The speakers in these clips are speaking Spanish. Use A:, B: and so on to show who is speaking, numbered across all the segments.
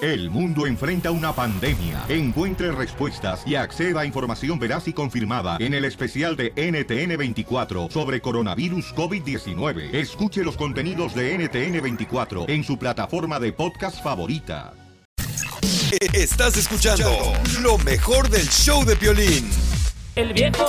A: El mundo enfrenta una pandemia. Encuentre respuestas y acceda a información veraz y confirmada en el especial de NTN24 sobre coronavirus COVID-19. Escuche los contenidos de NTN24 en su plataforma de podcast favorita.
B: Estás escuchando lo mejor del show de Piolín.
C: El viejo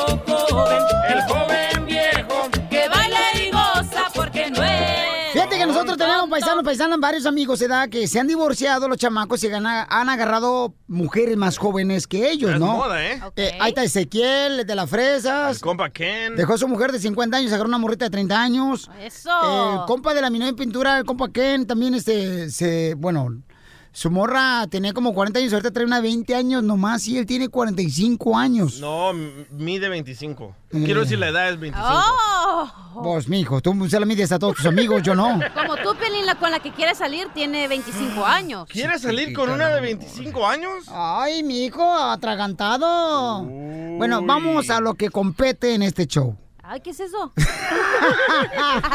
C: joven, el joven viejo, que baila y goza porque no es.
D: Fíjate que nosotros tenemos paisanos, paisanos, varios amigos, edad, que se han divorciado los chamacos y han, han agarrado mujeres más jóvenes que ellos,
E: Es
D: ¿no?
E: moda, ¿eh?
D: Ahí está Ezequiel, el de las fresas.
E: El compa Ken.
D: Dejó a su mujer de 50 años, agarró una morrita de 30 años.
C: Eso.
D: El compa de la minoría en pintura, el compa Ken, también este, se, bueno, su morra tenía como 40 años, ahorita trae una 20 años nomás y él tiene 45 años.
E: No, m- mide 25.
D: Eh.
E: Quiero decir, la edad es 25.
C: ¡Oh!
D: Vos, mijo, tú se la mides a todos tus amigos, yo no. Ah.
C: Como tú, Pelín, la con la que quieres salir tiene 25 años.
E: ¿Quieres salir con una de 25 años?
D: Ay, mijo, atragantado. Bueno, vamos a lo que compete en este show.
C: Ay, ¿qué es eso?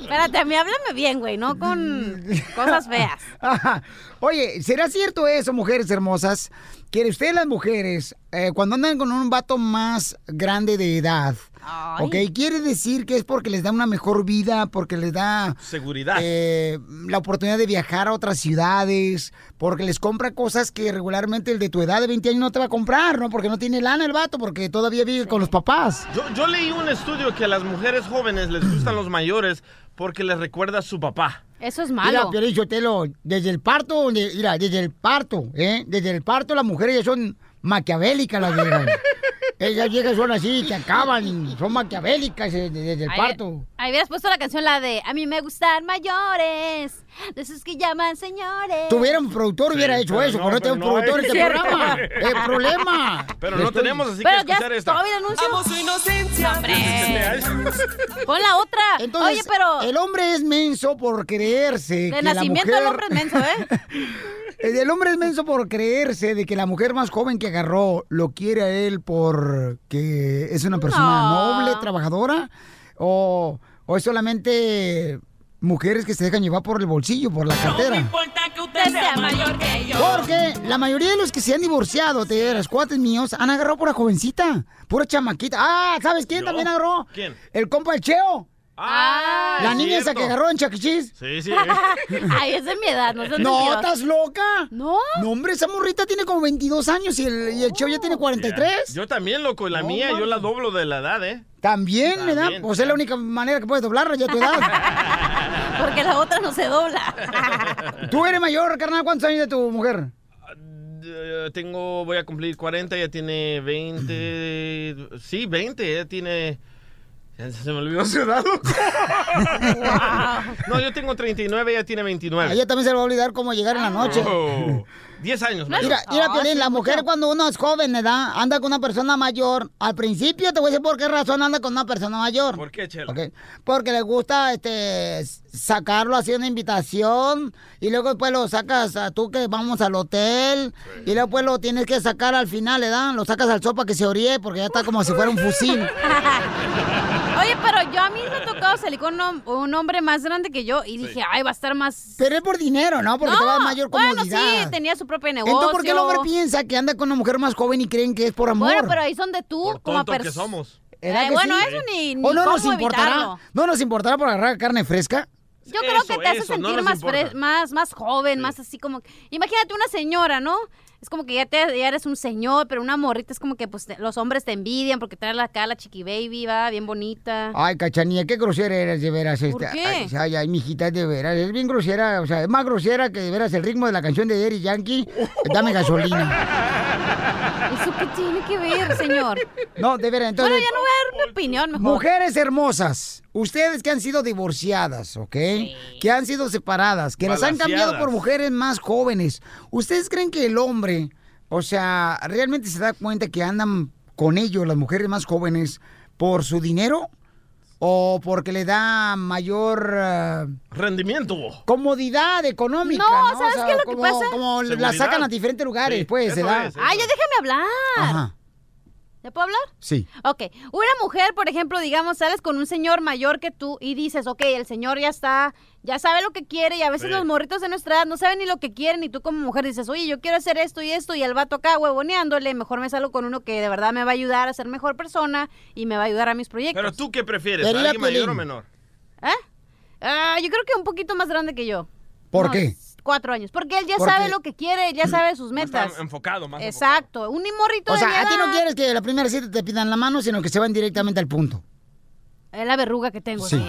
C: Espérate, a mí háblame bien, güey, no con cosas feas.
D: Ajá. Oye, ¿será cierto eso, mujeres hermosas? Que ustedes las mujeres, eh, cuando andan con un vato más grande de edad,
C: Ay.
D: ¿ok? Quiere decir que es porque les da una mejor vida, porque les da...
E: Seguridad.
D: eh, la oportunidad de viajar a otras ciudades, porque les compra cosas que regularmente el de tu edad de 20 años no te va a comprar, ¿no? Porque no tiene lana el vato, porque todavía vive con los papás.
E: Yo, yo leí un estudio que a las mujeres jóvenes les gustan los mayores porque les recuerda a su papá.
C: Eso es
D: Mira,
C: malo.
D: Piolín Sotelo, desde el parto, de- mira, desde el parto, ¿eh? Desde el parto las mujeres ya son maquiavélicas las viejas. Ellas viejas son así, te acaban, y son maquiavélicas eh, desde, el
C: Ahí-
D: parto.
C: Ahí hubieras puesto la canción, la de A mí me gustan mayores, de esos que llaman señores.
D: Tuviera un productor, hubiera
E: Sí,
D: hecho
E: pero
D: eso,
E: no,
D: pero no
E: pero
D: tengo un
E: no
D: productor
E: hay.
D: en este programa. ¡El problema!
E: Pero no
D: Estoy-
E: tenemos así que
C: Pero ya
E: escuchar esta.
C: todavía el anuncio.
F: Amo su inocencia.
C: Hombre. Con la otra.
D: Entonces,
C: Oye, pero
D: el hombre es menso por creerse
C: de
D: que
C: nacimiento
D: la
C: el
D: mujer...
C: hombre es menso, ¿eh?
D: El el hombre es menso por creerse de que la mujer más joven que agarró lo quiere a él porque es una persona
C: No.
D: noble, trabajadora, o, o es solamente mujeres que se dejan llevar por el bolsillo, por la cartera.
F: importa que usted
C: Usted sea mayor que yo.
D: Porque la mayoría de los que se han divorciado, te eras cuates míos, han agarrado por la jovencita, pura chamaquita. Ah, ¿sabes quién
E: ¿Yo?
D: también agarró?
E: ¿Quién?
D: El compa El Cheo,
E: Ah,
D: la
E: es
D: niña esa
E: cierto.
D: que agarró en Chaquichis.
E: Sí, sí. eh.
C: Ay, es de mi edad, no seas
D: No,
C: mentiroso.
D: ¿estás loca?
C: No.
D: No, hombre, esa morrita tiene como 22 años y el, y el Cheo ya
E: Oh,
D: tiene 43.
E: Yo también, loco. y La
D: No,
E: mía, yo
D: manches.
E: la doblo de la edad, ¿eh?
D: También, ¿verdad?
E: También.
D: Pues es la única manera que puedes doblarla ya a tu edad.
C: Porque la otra no se dobla.
D: Tú eres mayor, carnal. ¿Cuántos años de tu mujer?
E: Eh, Tengo, voy a cumplir 40, ya tiene 20. Sí, 20, ya tiene. ya Se me olvidó su edad, loco. No, yo tengo 39, ella tiene
D: A
E: 29.
D: ella Ah, también se le va a olvidar cómo llegar en la noche.
E: Oh, 10 años, mayor.
D: Mira, mira,
C: Ah,
D: Piolín,
C: sí,
D: la
C: mucho.
D: mujer cuando uno es joven, ¿verdad? Anda con una persona mayor. Al principio te voy a decir por qué razón anda con una persona mayor.
E: ¿Por qué, Chela?
D: Ok. Porque le gusta este s- sacarlo así una invitación y luego después lo sacas a tú que vamos al hotel y luego pues lo tienes que sacar al final, ¿verdad? Lo sacas al sopa que se oríe porque ya está como si fuera un fusil.
C: Oye, pero yo a mí me ha tocado salir con un, hom- un hombre más grande que yo y dije, ay, va a estar más...
D: Pero es por dinero, ¿no? Porque te va a dar
C: No,
D: mayor
C: bueno,
D: comodidad.
C: sí, tenía su propio negocio.
D: Entonces, ¿por qué el hombre piensa que anda con una mujer más joven y creen que es por amor?
C: Bueno, pero ahí son de tú,
E: Por
C: como
E: tonto que
C: pers-
E: somos.
D: ¿Verdad
C: Eh,
D: que
C: bueno,
D: sí?
C: eso ni, ni
D: ¿O no
C: cómo
D: nos importará?
C: evitarlo.
D: ¿No nos importará por agarrar carne fresca?
C: Yo creo
E: Eso,
C: que te hace
E: eso, no
C: sentir
E: nos
C: más,
E: importa.
C: fres- más, más joven, más así como... Imagínate una señora, ¿no? Es como que ya, te, ya eres un señor, pero una morrita es como que pues, te- los hombres te envidian porque trae la cara, la chiqui baby, va, bien bonita.
D: Ay, cachanilla, qué grosera eres de veras.
C: ¿Por
D: esta.
C: qué?
D: Ay, ay, ay, mijita, de veras. Es bien grosera, o sea, es más grosera que de veras el ritmo de la canción de Derry Yankee. Dame gasolina.
C: ¿Eso qué tiene que ver, señor?
D: No, de veras,
C: Bueno,
D: entonces.
C: ya no voy a dar mi opinión, mejor.
D: Mujeres hermosas, ustedes que han sido divorciadas, ¿ok? Que han sido separadas, que las han cambiado por
E: Balaseadas.
D: mujeres más jóvenes. ¿Ustedes creen que el hombre, o sea, realmente se da cuenta que andan con ellos las mujeres más jóvenes por su dinero? ¿O porque le da mayor eh,
E: Rendimiento.
D: comodidad económica?
C: No, ¿sabes qué es lo que
D: como,
C: pasa?
D: Como la
E: Seguridad.
D: sacan a diferentes lugares,
E: Sí,
D: pues,
E: eso eh.
D: ¿verdad?
E: es.
C: Ay, ya déjame hablar.
D: Ajá.
C: ¿Ya puedo hablar?
D: Sí.
C: Ok, una mujer, por ejemplo, digamos, sales con un señor mayor que tú y dices, ok, el señor ya está, ya sabe lo que quiere y a veces
E: Sí.
C: los morritos de nuestra edad no saben ni lo que quieren y tú como mujer dices, oye, yo quiero hacer esto y esto y el vato acá huevoneándole, mejor me salgo con uno que de verdad me va a ayudar a ser mejor persona y me va a ayudar a mis proyectos.
E: Pero tú qué prefieres,
D: Quería
E: alguien mayor
D: Piolín.
E: o menor?
C: ¿Eh? Ah, yo creo que un poquito más grande que yo.
D: ¿Por
C: Unos
D: qué?
C: Cuatro años, porque él ya
D: Porque-
C: sabe lo que quiere, él ya sabe sus
E: Más
C: metas.
E: tan enfocado, más
C: Exacto, un morrito
D: O
C: de mi
D: sea, a ti no
C: edad.
D: quieres que la primera cita te pidan la mano, sino que se van directamente al punto.
C: Es la verruga que tengo.
D: Sí.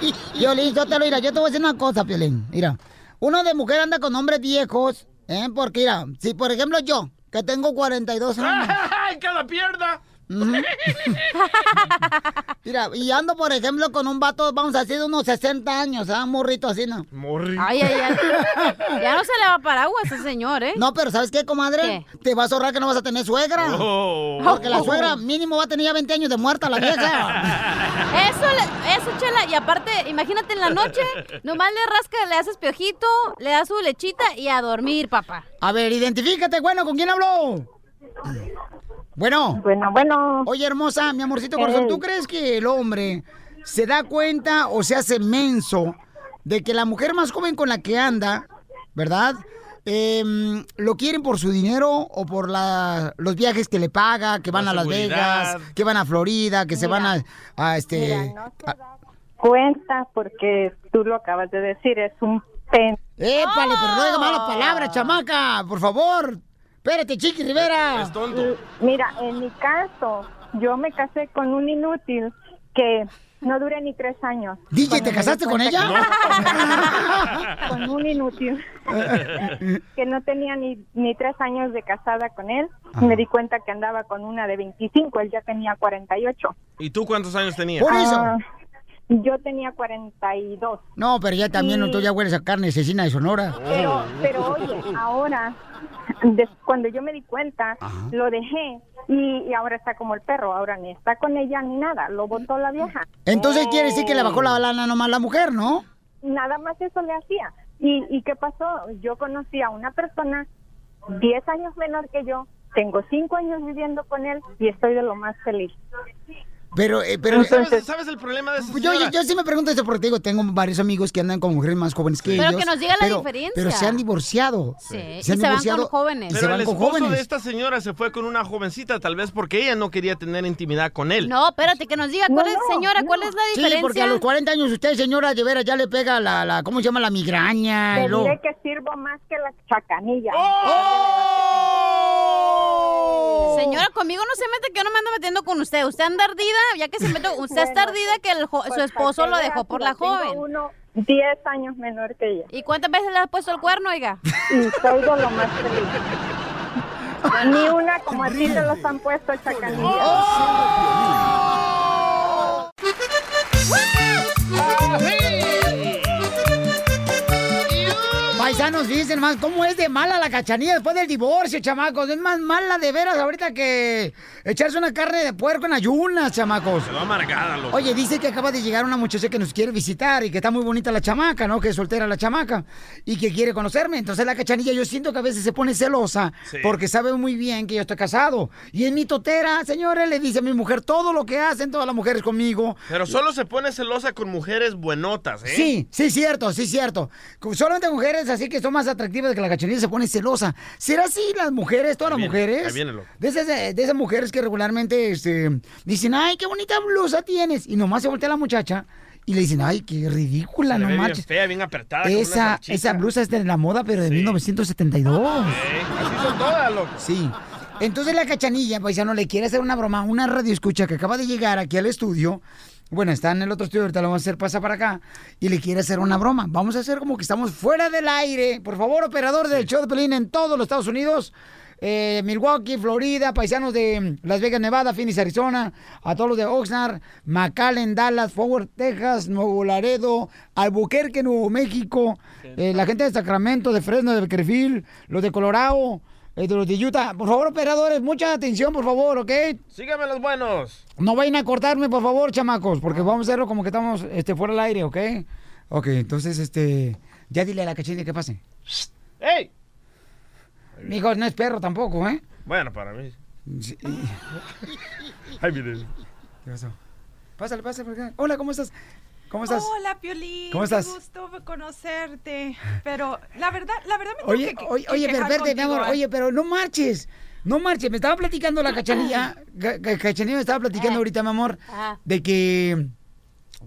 C: sí.
D: Piolín, yo te lo mira, yo te voy a decir una cosa, Piolín. Mira, uno de mujer anda con hombres viejos, ¿eh? Porque, mira, si por ejemplo yo, que tengo 42 años.
E: ¡Ay, cada pierna!
D: Ujú. Mira, y ando, por ejemplo, con un vato, vamos a decir, de unos 60 años, ¿ah? Un morrito así, ¿no?
E: Morri.
C: Ay, ay, ay. Ya no se le va paraguas ese señor, ¿eh?
D: No, pero ¿sabes qué, comadre? Te vas a ahorrar que no vas a tener suegra.
E: Oh.
D: Porque la suegra mínimo va a tener ya 20 años de muerta la vieja.
C: Eso, le- eso, chela. Y aparte, imagínate en la noche, nomás le rasca, le haces piojito, le das su lechita y a dormir, papá.
D: A ver, identifícate, bueno, ¿con quién habló? Bueno,
F: Bueno, bueno, Eh.
D: oye, hermosa, mi amorcito corazón, ¿tú crees que el hombre se da cuenta o se hace menso de que la mujer más joven con la que anda, ¿verdad? Em, lo quieren por su dinero o por la- los viajes que le paga, que van
E: La
D: a Las
E: seguridad.
D: Vegas, que van a Florida, que se van a, a este... a-
F: cuenta porque tú lo acabas de decir, es un pen.
D: ¡Épale, pero no diga
E: Oh.
D: malas palabras, chamaca! ¡Por favor! Espérate, Chiqui Rivera.
E: Es tonto.
F: Mira, en mi caso, yo me casé con un inútil que no duré ni tres años.
D: DJ,
F: Cuando
D: ¿te
F: me
D: casaste
F: di
D: con
F: cuenta
D: ella?
F: que- Con un inútil que no tenía ni, ni tres años de casada con él. Me di cuenta que andaba con una de 25, él ya tenía 48.
E: ¿Y tú cuántos años tenías?
D: Por eso.
F: Ah, yo tenía 42.
D: No, pero ya también no, tú ya hueles a carne cecina de Sonora.
F: Pero, pero oye, ahora, des- cuando yo me di cuenta, lo dejé y, y ahora está como el perro, ahora ni está con ella ni nada, lo botó la vieja. Eh.
D: Entonces quiere decir que le bajó la lana nomás la mujer, ¿no?
F: Nada más eso le hacía. ¿Y, ¿Y qué pasó? Yo conocí a una persona 10 años menor que yo, tengo 5 años viviendo con él y estoy de lo más feliz.
D: Pero, eh, pero...
E: ¿Sabes, sabes el problema de esa
D: Pues Yo, yo,
E: señora?
D: yo sí me pregunto eso porque te digo, tengo varios amigos que andan con mujeres más jóvenes que
C: Pero
D: ellos.
C: que nos diga la
D: pero-
C: diferencia.
D: Pero se han divorciado.
C: Sí.
D: han
C: Y se van
D: divorciado
C: con jóvenes.
D: y
E: Pero
D: se
E: el
D: van con
E: esposo
D: jóvenes.
E: de esta señora se fue con una jovencita, tal vez porque ella no quería tener intimidad con él.
C: No, espérate, que nos diga cuál
F: No,
C: es,
F: no,
C: señora, cuál
F: no.
C: es la
D: Sí,
C: diferencia.
D: porque a los 40 años usted, señora, de veras ya le pega la, la ¿cómo se llama? La migraña.
F: Te
D: y luego-
F: diré que sirvo más que la
C: ¡Oh!
F: chacanilla.
G: ¡Oh!
C: Señora, conmigo no se mete, que yo no me ando metiendo con usted. Usted anda ardida, ya que se mete, usted está
F: Bueno,
C: ardida que el jo- su
F: Pues,
C: esposo
F: para que
C: lo
F: veas,
C: dejó por la
F: tengo
C: joven.
F: Uno 10 años menor que ella.
C: ¿Y cuántas veces le has puesto el cuerno, oiga?
F: y soy de lo más feliz. Ni una como a ti te los han puesto, chacanilla.
H: Oh.
D: Paisanos, fíjense más cómo es de mala la cachanilla después del divorcio, chamacos. Es más mala de veras ahorita que echarse una carne de puerco en ayunas, chamacos.
E: Quedó amargada, loco.
D: Oye, dice que acaba de llegar una muchacha que nos quiere visitar y que está muy bonita la chamaca, ¿no? Que es soltera la chamaca y que quiere conocerme. Entonces la cachanilla yo siento que a veces se pone celosa
E: Sí.
D: porque sabe muy bien que yo estoy casado. Y es mi totera, señores, le dice a mi mujer todo lo que hacen todas las mujeres conmigo.
E: Pero solo se pone celosa con mujeres buenotas, ¿eh?
D: Sí, sí, cierto, sí, cierto. Con- Solamente mujeres así que son más atractivas que la cachanilla se pone celosa. ¿Será así las mujeres, todas
E: Ahí
D: las
E: viene,
D: mujeres?
E: ahí viene, loco.
D: de, esas, eh, de esas mujeres que regularmente este, dicen, ay, qué bonita blusa tienes. Y nomás se voltea la muchacha y le dicen, ay, qué ridícula,
E: Se le
D: no
E: ve bien
D: manches.
E: fea, bien apretada. con una
D: Esa,
E: salchicha.
D: esa blusa es de la moda, pero de 1972.
E: ¿Eh? Así son todas, loco.
D: Sí. Entonces la cachanilla, paisano, le quiere hacer una broma a una radioescucha que acaba de llegar aquí al estudio. Bueno, está en el otro estudio, ahorita lo vamos a hacer pasa para acá. Y le quiere hacer una broma. Vamos a hacer como que estamos fuera del aire. Por favor, operador del show de Pelín en todos los Estados Unidos. eh, Milwaukee, Florida, paisanos de mm, Las Vegas, Nevada, Phoenix, Arizona, a todos los de Oxnard, McAllen, Dallas, Forward, Texas, Nuevo Laredo, Albuquerque, Nuevo México, eh, la gente de Sacramento, de Fresno, de Beckerfield, los de Colorado, eh, de los de Utah. Por favor, operadores, mucha atención, por favor, ¿ok?
E: Síganme los buenos.
D: No vayan a cortarme, por favor, chamacos, porque vamos a hacerlo como que estamos este, fuera del aire, ¿ok? Ok, entonces, este, ya dile a la cachinilla que pase.
E: ¡Ey!
D: Mijo, no es perro tampoco, ¿eh?
E: Bueno, para mí.
I: Sí. Ay, miren. ¿Qué pasó? Pásale, pásale por acá. Hola, ¿cómo estás? ¿Cómo estás?
G: Hola, Piolín.
I: ¿Cómo estás?
G: Qué gusto conocerte. Pero la verdad, la verdad me tengo
D: Oye,
G: que- que,
D: oye,
G: que
D: oye, pero
G: quejar
D: espérate, mi
G: contigo,
D: amor,
G: ¿eh?
D: oye, pero no marches. No marches, me estaba platicando la cachanilla. ca- ca- Cachanilla me estaba platicando ahorita, mi amor,
G: Ah.
D: de que,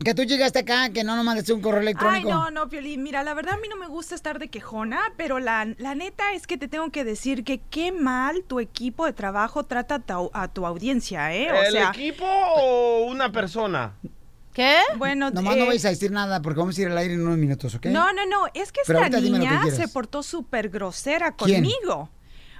D: que tú llegaste acá, que no nos mandaste un correo
G: Ay,
D: electrónico.
G: no, no, Piolín. Mira, la verdad a mí no me gusta estar de quejona, pero la, la neta es que te tengo que decir que qué mal tu equipo de trabajo trata a tu, a tu audiencia, ¿eh? O
E: ¿El
G: sea,
E: equipo o una persona?
G: ¿Qué? Bueno,
D: Nomás no
G: eh,
D: vais a decir nada porque vamos a ir al aire en unos minutos, ¿ok?
G: No, no, no. Es que
D: Pero ahorita
G: esta
D: dime lo que
G: niña se
D: quieres.
G: portó súper grosera
D: ¿Quién?
G: conmigo.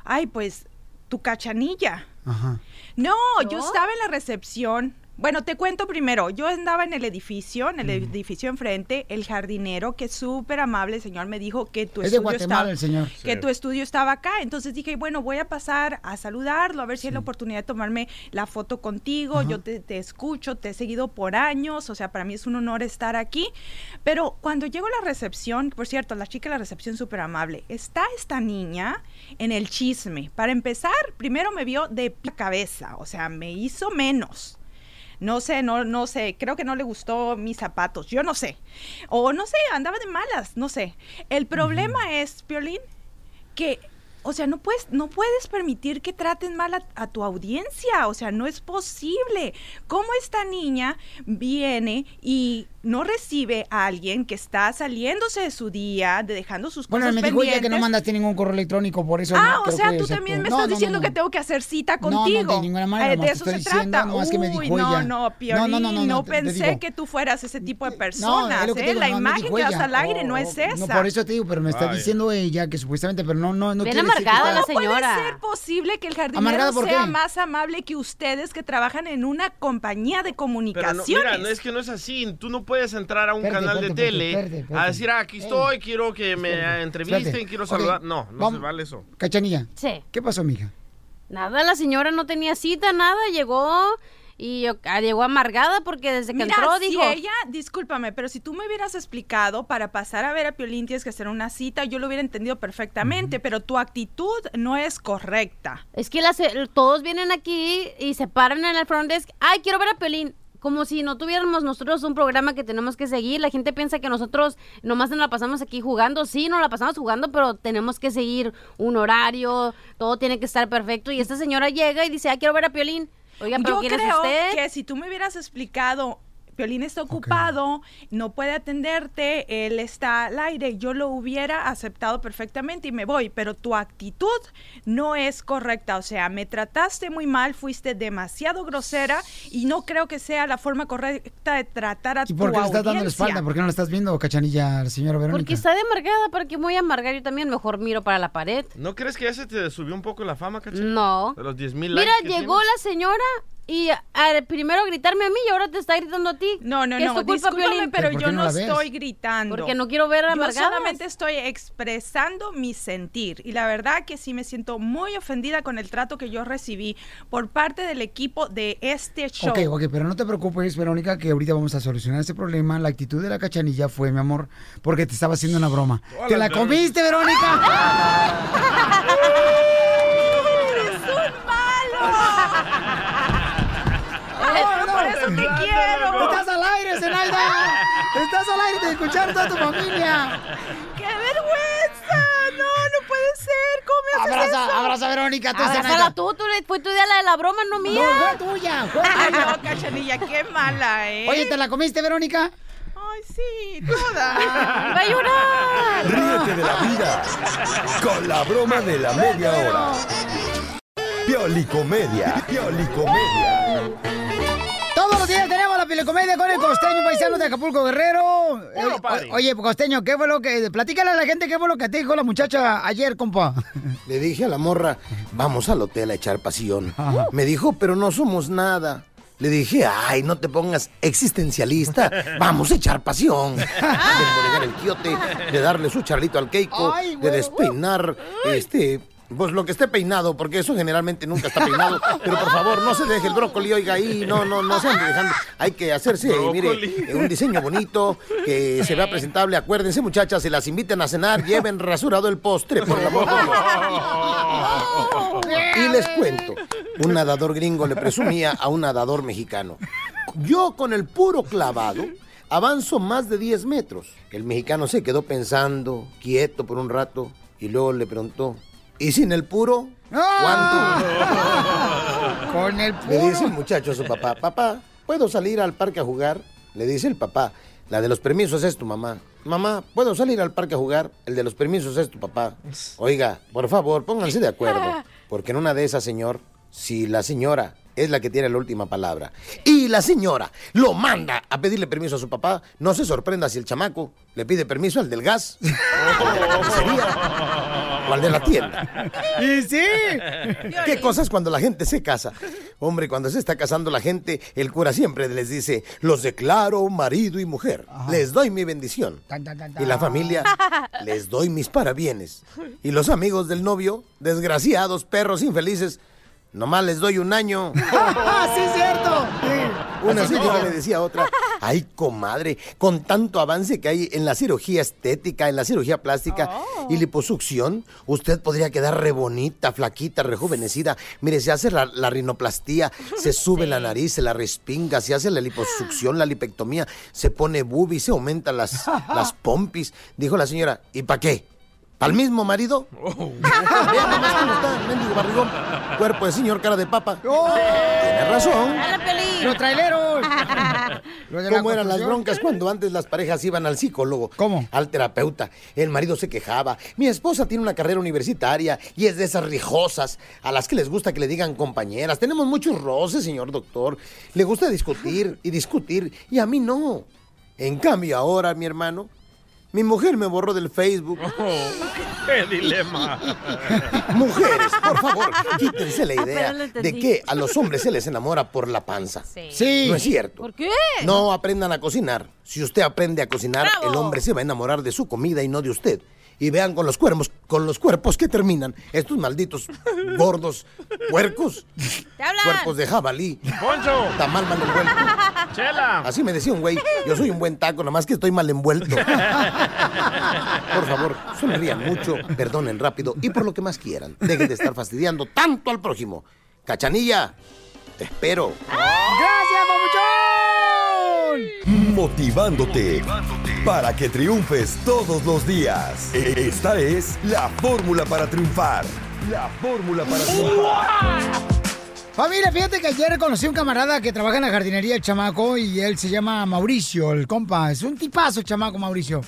G: Ay, pues, tu cachanilla.
D: Ajá.
G: No, ¿Yo? estaba en la recepción. Bueno, te cuento primero. Yo andaba en el edificio, en el edificio enfrente. El jardinero, que es súper amable, señor, me dijo que tu
D: Es de
G: estudio
D: Guatemala
G: estaba-
D: el señor.
G: que
D: Sí.
G: tu estudio estaba acá. Entonces dije, bueno, voy a pasar a saludarlo, a ver si hay la oportunidad de tomarme la foto contigo.
J: Ajá.
G: Yo te, te escucho, te he seguido por años. O sea, para mí es un honor estar aquí. Pero cuando llego a la recepción, por cierto, la chica de la recepción súper amable, está esta niña en el chisme. Para empezar, primero me vio de pi- cabeza, o sea, me hizo menos. No sé, no, no sé, creo que no le gustó mis zapatos, yo no sé. O no sé, andaba de malas, no sé. El problema es, Piolín, que, o sea, no puedes, no puedes permitir que traten mal a, a tu audiencia, o sea, no es posible. ¿Cómo esta niña viene y no recibe a alguien que está saliéndose de su día, de dejando sus
D: Bueno,
G: cosas
D: me dijo
G: pendientes?
D: ella que no mandaste ningún correo electrónico, por eso.
G: Ah,
D: no
G: o
D: creo
G: sea,
D: que
G: tú
D: se
G: también
D: pudo.
G: me
D: No, no,
G: estás
D: no,
G: diciendo
D: no.
G: que tengo que hacer cita
D: No, no, de
G: contigo.
D: ninguna manera,
G: Eh,
D: nomás
G: de
D: te
G: eso se
D: estoy diciendo,
G: trata.
D: nomás que me dijo
G: Uy, no,
D: ella.
G: no,
D: No,
G: Piolín,
D: no,
G: no,
D: no, no, no, te- te
G: pensé
D: digo.
G: que tú fueras ese tipo de
D: No,
G: personas.
D: es lo que
G: ¿eh?
D: te digo,
G: la
D: no, me
G: imagen
D: dijo
G: que das
D: ella.
G: al aire no es esa.
D: No, por eso te digo, pero me está
E: Vaya.
D: diciendo ella que supuestamente, pero no, no, no.
G: Bien
D: quiere decir que está-
G: ¿Cómo puede ser posible que el
D: ¿Amargada
G: jardinero
D: por
G: sea
D: qué?
G: más amable que ustedes que trabajan en una compañía de
E: Pero no,
G: comunicaciones?
E: mira, no es que no es así. Tú no puedes entrar a un
G: Espérate,
E: canal de
G: espérate,
E: tele
G: espérate,
E: a
G: espérate.
E: decir, ah, aquí
G: Ey.
E: estoy, quiero que me
C: Espérate,
E: entrevisten,
D: espérate.
E: quiero
D: Ok,
E: saludar. No, no
D: vamos.
E: se vale eso.
D: Cachanilla,
C: Sí.
D: ¿qué pasó, mija?
C: Nada, la señora no tenía cita, nada, llegó y yo- ah, llegó amargada porque desde que
G: Mira,
C: entró
G: si
C: dijo...
G: ella, discúlpame, pero si tú me hubieras explicado para pasar a ver a Piolín tienes que hacer una cita, yo lo hubiera entendido perfectamente, pero tu actitud no es correcta.
C: Es que las- el- todos vienen aquí y se paran en el front desk. Ay, quiero ver a Pelín. Como si no tuviéramos nosotros un programa que tenemos que seguir. La gente piensa que nosotros nomás nos la pasamos aquí jugando. Sí, nos la pasamos jugando, pero tenemos que seguir un horario. Todo tiene que estar perfecto. Y esta señora llega y dice, ay, quiero ver a Piolín. Oiga, pero
G: Yo
C: ¿quién es
G: creo
C: usted?
G: que si tú me hubieras explicado, Piolín está ocupado, no puede atenderte, él está al aire, yo lo hubiera aceptado perfectamente y me voy, pero tu actitud no es correcta, o sea, me trataste muy mal, fuiste demasiado grosera y no creo que sea la forma correcta de tratar a
D: ¿Y por
G: tu
D: qué le estás dando la
G: audiencia.
D: espalda? ¿Por qué no la estás viendo, Cachanilla, a la señora Verónica?
C: Porque está de amargada. ¿Para qué me voy a amargar? Yo también mejor miro para la pared.
E: ¿No crees que ya se te subió un poco la fama, cachai?
C: No.
E: De los 10 mil
C: Mira,
E: likes que
C: llegó
E: tienes.
C: la señora y a- primero a gritarme a mí y ahora te está gritando a ti.
G: No, no,
C: ¿Qué es
G: no,
C: tu culpa,
G: discúlpame,
C: Piolín?
G: pero yo no, estoy gritando.
C: Porque no quiero ver
G: Yo
C: amargadas.
G: solamente estoy expresando mi sentir. Y la verdad que sí me siento muy ofendida con el trato que yo recibí por parte del equipo de este show.
D: Ok, ok, pero no te preocupes, Verónica, que ahorita vamos a solucionar este problema. La actitud de la cachanilla fue, mi amor, porque te estaba haciendo una broma. ¡Te la comiste, Verónica!
G: ¡Eres un malo! ¡Por eso te quiero!
D: ¡Estás al aire, Zenaida! ¡Estás al aire de escuchar a toda tu familia!
G: ¡Qué vergüenza! ¡No, no puede ser! ¿Cómo me haces
D: Abraza-
G: eso?
D: abraza a Verónica, tú,
C: Abrázala
D: Zenaida.
C: tú, tú, le- fue tu idea la de la broma, no mía.
D: No, fue tuya, fue
G: Ay,
D: tuya.
G: no, Cachanilla, qué mala, ¿eh?
D: Oye, ¿te la comiste, Verónica?
G: ¡Ay, sí! ¡Toda! ¡Va
C: a llorar!
B: Ríete de la vida con la broma de la media hora. Piolicomedia. Piolicomedia.
D: Todos los días tenemos la pilecomedia con el costeño paisano de Acapulco Guerrero. Eh,
K: party.
D: o- oye, costeño, ¿qué fue lo que.? Platícale a la gente qué fue lo que te dijo la muchacha ayer, compa.
K: Le dije a la morra, vamos al hotel a echar pasión. Me dijo, pero no somos nada. Le dije, ay, no te pongas existencialista, vamos a echar pasión. De embodegar el quiote, de darle su charlito al Keiko,
L: Ay,
K: de
L: güey.
K: despeinar, este, pues lo que esté peinado, porque eso generalmente nunca está peinado. Pero por favor, no se deje el brócoli, oiga, ahí, no, no, no se ande dejando. Hay que hacerse, eh,
L: Brócoli.
K: mire, un diseño bonito, que se vea presentable. Acuérdense, muchachas, se las inviten a cenar, lleven rasurado el postre, por la boca. Y les cuento Un nadador gringo le presumía a un nadador mexicano. Yo con el puro clavado avanzo más de 10 metros. El mexicano se quedó pensando, quieto por un rato, y luego le preguntó, ¿y sin el puro? ¿Cuánto?
D: Con el
K: Le dice el muchacho a su papá, papá, ¿puedo salir al parque a jugar? Le dice el papá, la de los permisos es tu mamá. Mamá, ¿puedo salir al parque a jugar? El de los permisos es tu papá. Oiga, por favor, pónganse de acuerdo. Porque en una de esas, señor, si la señora es la que tiene la última palabra y la señora lo manda a pedirle permiso a su papá, no se sorprenda si el chamaco le pide permiso al del gas, al de la carnicería o al de la tienda.
D: Y sí.
K: ¿Qué cosas cuando la gente se casa? Hombre, cuando se está casando la gente, el cura siempre les dice, los declaro marido y mujer, les doy mi bendición. Y la familia, les doy mis parabienes. Y los amigos del novio, desgraciados, perros infelices, nomás les doy un año.
D: sí, cierto.
K: Una señora le decía a otra, ay comadre, con tanto avance que hay en la cirugía estética, en la cirugía plástica y liposucción, usted podría quedar re bonita, flaquita, rejuvenecida. Mire, se hace la, la rinoplastía, se sube la nariz, se la respinga, se hace la liposucción, la lipectomía, se pone bubi, se aumentan las, las pompis. Dijo la señora, ¿y para qué? ¿Al mismo marido? Vea nomás cómo está, mendigo barrigón. Cuerpo de señor, cara de papa. Tiene razón.
D: Los traileros. Los de la
K: ¿Cómo eran las
D: construcción.
K: broncas cuando antes las parejas iban al psicólogo?
D: ¿Cómo?
K: Al terapeuta. El marido se quejaba. Mi esposa tiene una carrera universitaria y es de esas rijosas a las que les gusta que le digan compañeras. Tenemos muchos roces, señor doctor. Le gusta discutir y discutir y a mí no. En cambio ahora, mi hermano, mi mujer me borró del Facebook.
D: Oh.
E: ¡Qué dilema!
K: Mujeres, por favor, quítense
D: Ah,
K: la idea
C: Apenas lo
K: de
C: entendí.
K: que a los hombres se les enamora por la panza.
D: Sí.
K: No es cierto.
C: ¿Por qué?
K: No aprendan a cocinar. Si usted aprende a cocinar,
C: ¡Bravo!
K: el hombre se va a enamorar de su comida y no de usted. Y vean con los cuerpos, con los cuerpos que terminan estos malditos gordos puercos,
C: ¡Te hablan!
K: cuerpos de jabalí,
E: ¡Poncho!
K: está mal mal envuelto.
E: ¡Chela!
K: Así me decía un güey, yo soy un buen taco, nomás que estoy mal envuelto. Por favor, sonrían mucho, perdonen rápido y por lo que más quieran, dejen de estar fastidiando tanto al prójimo. Cachanilla, te espero.
D: Gracias, papuchón.
B: Motivándote para que triunfes todos los días. E- Esta es la fórmula para triunfar. La fórmula para triunfar.
D: Familia, fíjate que ayer conocí a un camarada que trabaja en la jardinería, el chamaco, y él se llama Mauricio, el compa. Es un tipazo, el chamaco, Mauricio.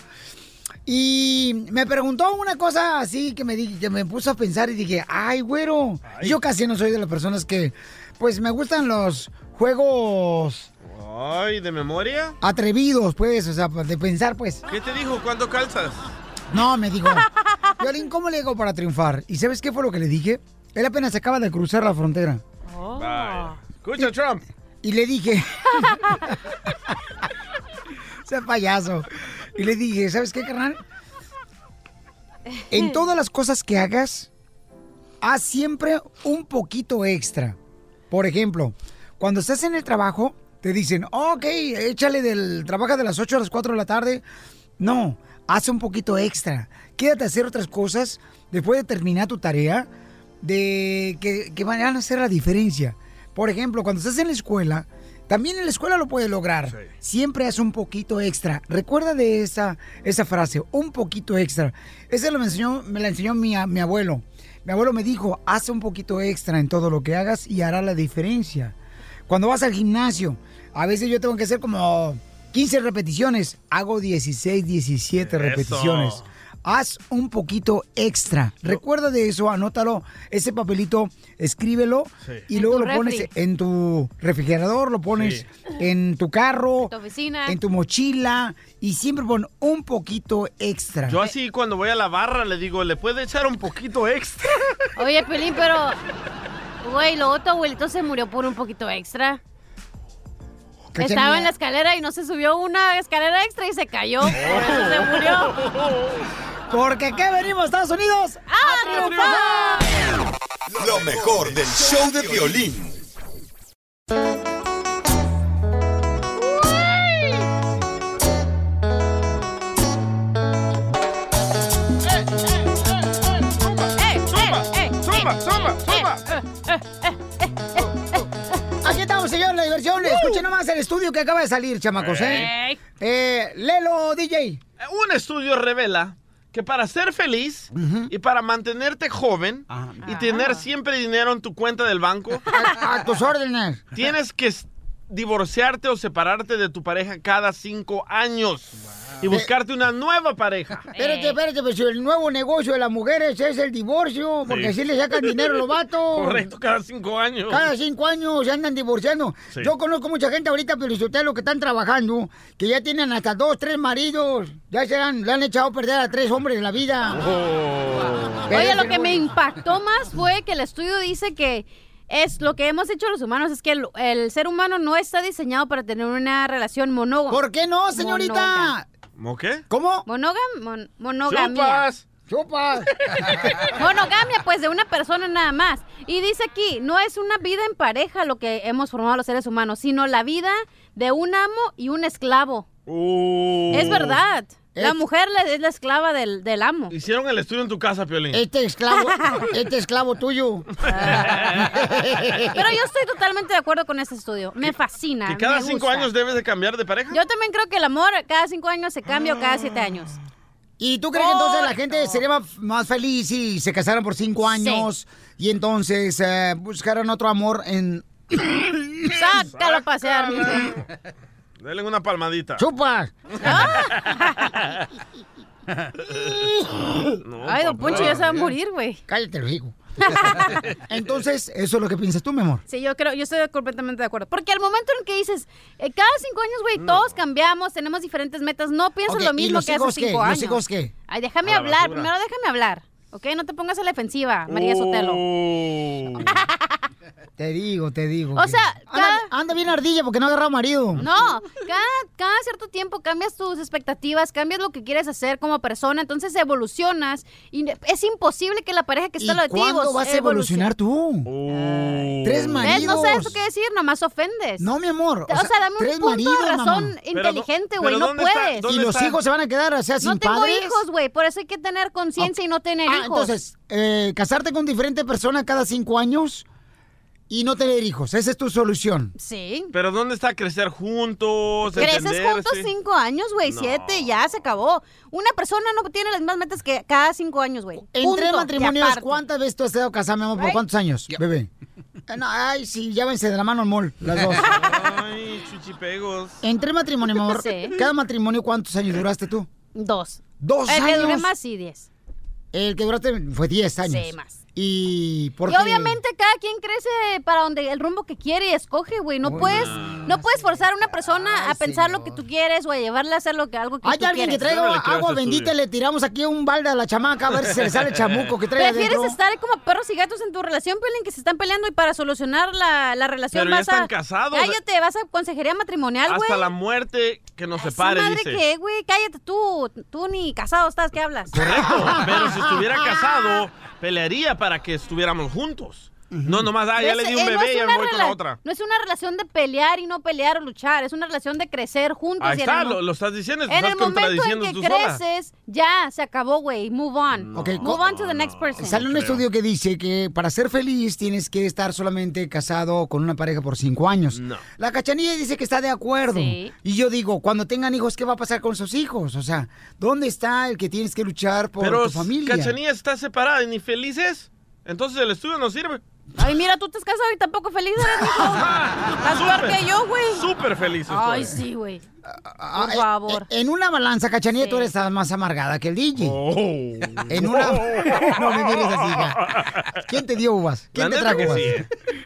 D: Y me preguntó una cosa así que me, di- que me puso a pensar y dije, ay, güero. Y Yo casi no soy de las personas que, pues, me gustan los juegos
E: ¡Ay, de memoria!
D: atrevidos, pues, o sea, de pensar, pues.
E: ¿Qué te dijo? ¿Cuánto calzas?
D: No, me dijo, Violín, ¿cómo le hago para triunfar? ¿Y sabes qué fue lo que le dije? Él apenas acaba de cruzar la frontera.
E: Bye. Escucha, Trump.
D: Y le dije. sea payaso. Y le dije, ¿sabes qué, carnal? En todas las cosas que hagas, haz siempre un poquito extra. Por ejemplo, cuando estás en el trabajo, te dicen, ok, échale del. Trabaja de las 8 a las 4 de la tarde. No, haz un poquito extra. Quédate a hacer otras cosas después de terminar tu tarea de que, que van a hacer la diferencia. Por ejemplo, cuando estás en la escuela, también en la escuela lo puedes lograr. Siempre haz un poquito extra. Recuerda de esa, esa frase, un poquito extra. Esa lo me, enseñó, me la enseñó mi, a- mi abuelo. Mi abuelo me dijo, haz un poquito extra en todo lo que hagas y hará la diferencia. Cuando vas al gimnasio, a veces yo tengo que hacer como 15 repeticiones. Hago 16, 17 repeticiones. Haz un poquito extra. Recuerda de eso, anótalo. Ese papelito, escríbelo
E: Sí.
D: y
C: En
D: luego
C: tu
D: lo pones
C: refri.
D: en tu refrigerador, lo pones
E: Sí.
D: en tu carro,
C: Tu oficina.
D: en tu mochila y siempre pon un poquito extra.
E: Yo así cuando voy a la barra le digo, ¿le puede echar un poquito extra?
C: Oye, Pelín, pero. Güey, luego tu abuelito se murió por un poquito extra.
D: Cachanilla.
C: Estaba en la escalera y no se subió una escalera extra y se cayó. Por eso se murió.
D: Porque aquí venimos, Estados Unidos.
C: ¡Ah, triunfar!
B: Lo mejor del show de violín.
C: ¡Eh, eh, eh, eh!
E: ¡Zumba, zumba, zumba!
C: eh, eh, eh, eh,
D: es el estudio que acaba de salir, chamacos, ¿eh? Eh, Lelo, DJ.
E: Eh, Un estudio revela que para ser feliz y para mantenerte joven
D: Ah,
E: y tener siempre dinero en tu cuenta del banco,
D: a, tus órdenes,
E: tienes que s- divorciarte o separarte de tu pareja cada cinco años y buscarte una nueva pareja.
D: Espérate, espérate, pero si el nuevo negocio de las mujeres es el divorcio, porque
E: Sí.
D: así le sacan dinero a los vatos.
E: Correcto, cada cinco años.
D: Cada cinco años se andan divorciando.
E: Sí.
D: Yo conozco mucha gente ahorita, pero que están trabajando, que ya tienen hasta dos, tres maridos. Ya se han, le han echado a perder a tres hombres en la vida.
E: Oh.
C: Oye, lo que me impactó más fue que el estudio dice que es lo que hemos hecho los humanos, es que el, el ser humano no está diseñado para tener una relación monógama.
D: ¿Por qué no, señorita?
E: ¿Cómo qué?
D: ¿Cómo?
C: Monógama, mon- monogamia.
E: Chupas.
D: Chupas.
C: monogamia, pues, de una persona nada más. Y dice aquí, no es una vida en pareja lo que hemos formado los seres humanos, sino la vida de un amo y un esclavo. Es verdad. La
D: Es-
C: mujer le- es la esclava del, del amo.
E: Hicieron el estudio en tu casa, Piolín.
D: Este esclavo, este esclavo tuyo.
C: Pero yo estoy totalmente de acuerdo con ese estudio. Me fascina.
E: que cada
C: me
E: cinco
C: gusta.
E: años debes de cambiar de pareja.
C: Yo también creo que el amor cada cinco años se cambia o cada siete años.
D: ¿Y tú crees que entonces la gente sería más- más feliz si se casaran por cinco años y entonces eh, buscaran otro amor en...
C: Sácalo a pasear.
E: Denle una palmadita.
D: ¡Chupas!
E: No,
C: Ay, don
E: papá.
C: Poncho ya se va a morir, güey.
D: Cállate, lo digo. Entonces, eso es lo que piensas tú, mi amor.
C: Sí, yo creo, yo estoy completamente de acuerdo. Porque al momento en que dices, eh, cada cinco años, güey, todos cambiamos, tenemos diferentes metas, no piensas
D: Mm. Ok,
C: lo
D: ¿y
C: mismo
D: los
C: que hace
D: hijos
C: cinco
D: qué?
C: años.
D: ¿Los hijos qué?
C: Ay, déjame
E: A la
C: hablar,
E: basura. Uh.
C: primero déjame hablar, ¿ok? No te pongas a la defensiva, María Sotelo.
E: Oh.
D: Te digo, te digo.
C: O sea,
D: anda,
C: cada-
D: anda bien ardilla porque no ha agarrado marido.
C: No, cada, cada cierto tiempo cambias tus expectativas, cambias lo que quieres hacer como persona, entonces evolucionas y ne- es imposible que la pareja que está a
D: ¿Y
C: lo de ti
D: cuándo
C: evo-
D: vas a evolucionar tú?
E: Uh.
D: Tres
C: ¿Ves?
D: maridos.
C: No sabes tú qué decir, nomás ofendes.
D: No, mi amor.
C: o, sea, dame
D: tres
C: un punto
D: maridos,
C: de razón
D: mamá.
E: Pero no-
C: inteligente,
E: pero
C: güey, no
E: ¿dónde está-
C: puedes.
D: Y
E: dónde
D: los
E: está?
D: hijos se van a quedar, o sea,
C: No
D: sin
C: tengo
D: padres.
C: hijos, güey, por eso hay que tener conciencia y no tener
D: Ah,
C: hijos.
D: entonces, eh, casarte con diferente persona cada cinco años y no tener hijos. Esa es tu solución.
C: Sí.
E: Pero ¿dónde está crecer juntos?
C: Creces
E: entenderse?
C: juntos cinco años, güey,
E: No.
C: siete, ya se acabó. Una persona no tiene las mismas metas que cada cinco años, güey. Punto,
D: Entre
C: y
D: matrimonios,
C: aparte.
D: ¿cuántas veces tú has estado casada, mi amor? ¿Por
C: Right.
D: cuántos años, bebé? Eh, no, ay, sí, llévense de la mano al mall, las dos.
E: Ay, chuchipegos.
D: Entre matrimonio, mi amor.
C: Sí.
D: Cada matrimonio, ¿cuántos años duraste tú?
C: Dos.
D: Dos
C: El
D: años.
C: que dure más, sí, Eh, diez.
D: El que duraste fue 10 años.
C: Sí, más.
D: Y por
C: Y obviamente cada quien crece para donde el rumbo que quiere y escoge, güey. No puedes, no puedes forzar a una persona a
D: Ay,
C: pensar
D: señor.
C: lo que tú quieres o a llevarle a hacer lo que algo que
D: Hay
C: tú
D: alguien que
C: quieres.
E: Yo no
D: traiga
E: le creo a
D: agua
E: este
D: bendita,
E: estudio.
D: le tiramos aquí un balde a la chamaca a ver si se le sale el chamuco que trae
C: ¿Prefieres
D: adentro.
C: estar como perros y gatos en tu relación, Pelín, que se están peleando y para solucionar la, la relación
E: Pero ya
C: vas a...
E: están casados.
C: Cállate, vas a consejería matrimonial, güey.
E: Hasta la muerte que nos
C: Ay, su
E: separe,
C: madre
E: dice.
C: que, güey, cállate tú. Tú ni casado estás, ¿qué hablas?
E: Correcto, pero si estuviera casado, pelearía para que estuviéramos juntos. No, nomás, ah, ya
C: No
E: le
C: es-
E: di un
C: eh, no
E: bebé
C: es
E: y ya
C: una
E: me voy con la
C: rela-
E: otra.
C: No es una relación de pelear y no pelear o luchar, es una relación de crecer juntos.
E: Ahí
C: y en
E: está,
C: el mo-
E: lo, lo estás diciendo, te
C: En
E: estás
C: el momento en
E: contradiciendo
C: que
E: tú sola.
C: creces, ya se acabó, güey. Move on.
D: No, Ok,
C: Move on to the next person.
D: Sale un estudio que dice que para ser feliz tienes que estar solamente casado con una pareja por cinco años.
E: No.
D: La cachanilla dice que está de acuerdo.
C: Sí.
D: Y yo digo, cuando tengan hijos, ¿qué va a pasar con sus hijos? O sea, ¿dónde está el que tienes que luchar por
E: Pero
D: tu familia?
E: Cachanilla está separada y ni felices. Entonces el estudio no sirve.
C: Ay, mira, tú te has casado y tampoco feliz eres, mijo. Estás peor
E: Ah, Súper,
C: que yo, güey.
E: Súper feliz
C: Ay,
E: estoy.
C: sí, güey.
D: Ah,
C: Por
D: eh,
C: favor.
D: eh, En una balanza, cachanilla, tú eres más amargada que el DJ.
E: Oh.
D: En una. no me mires así, hija. ¿Quién te dio uvas? ¿Quién
E: La
D: te
E: neta
D: trajo
E: que
D: uvas?
E: sí, eh.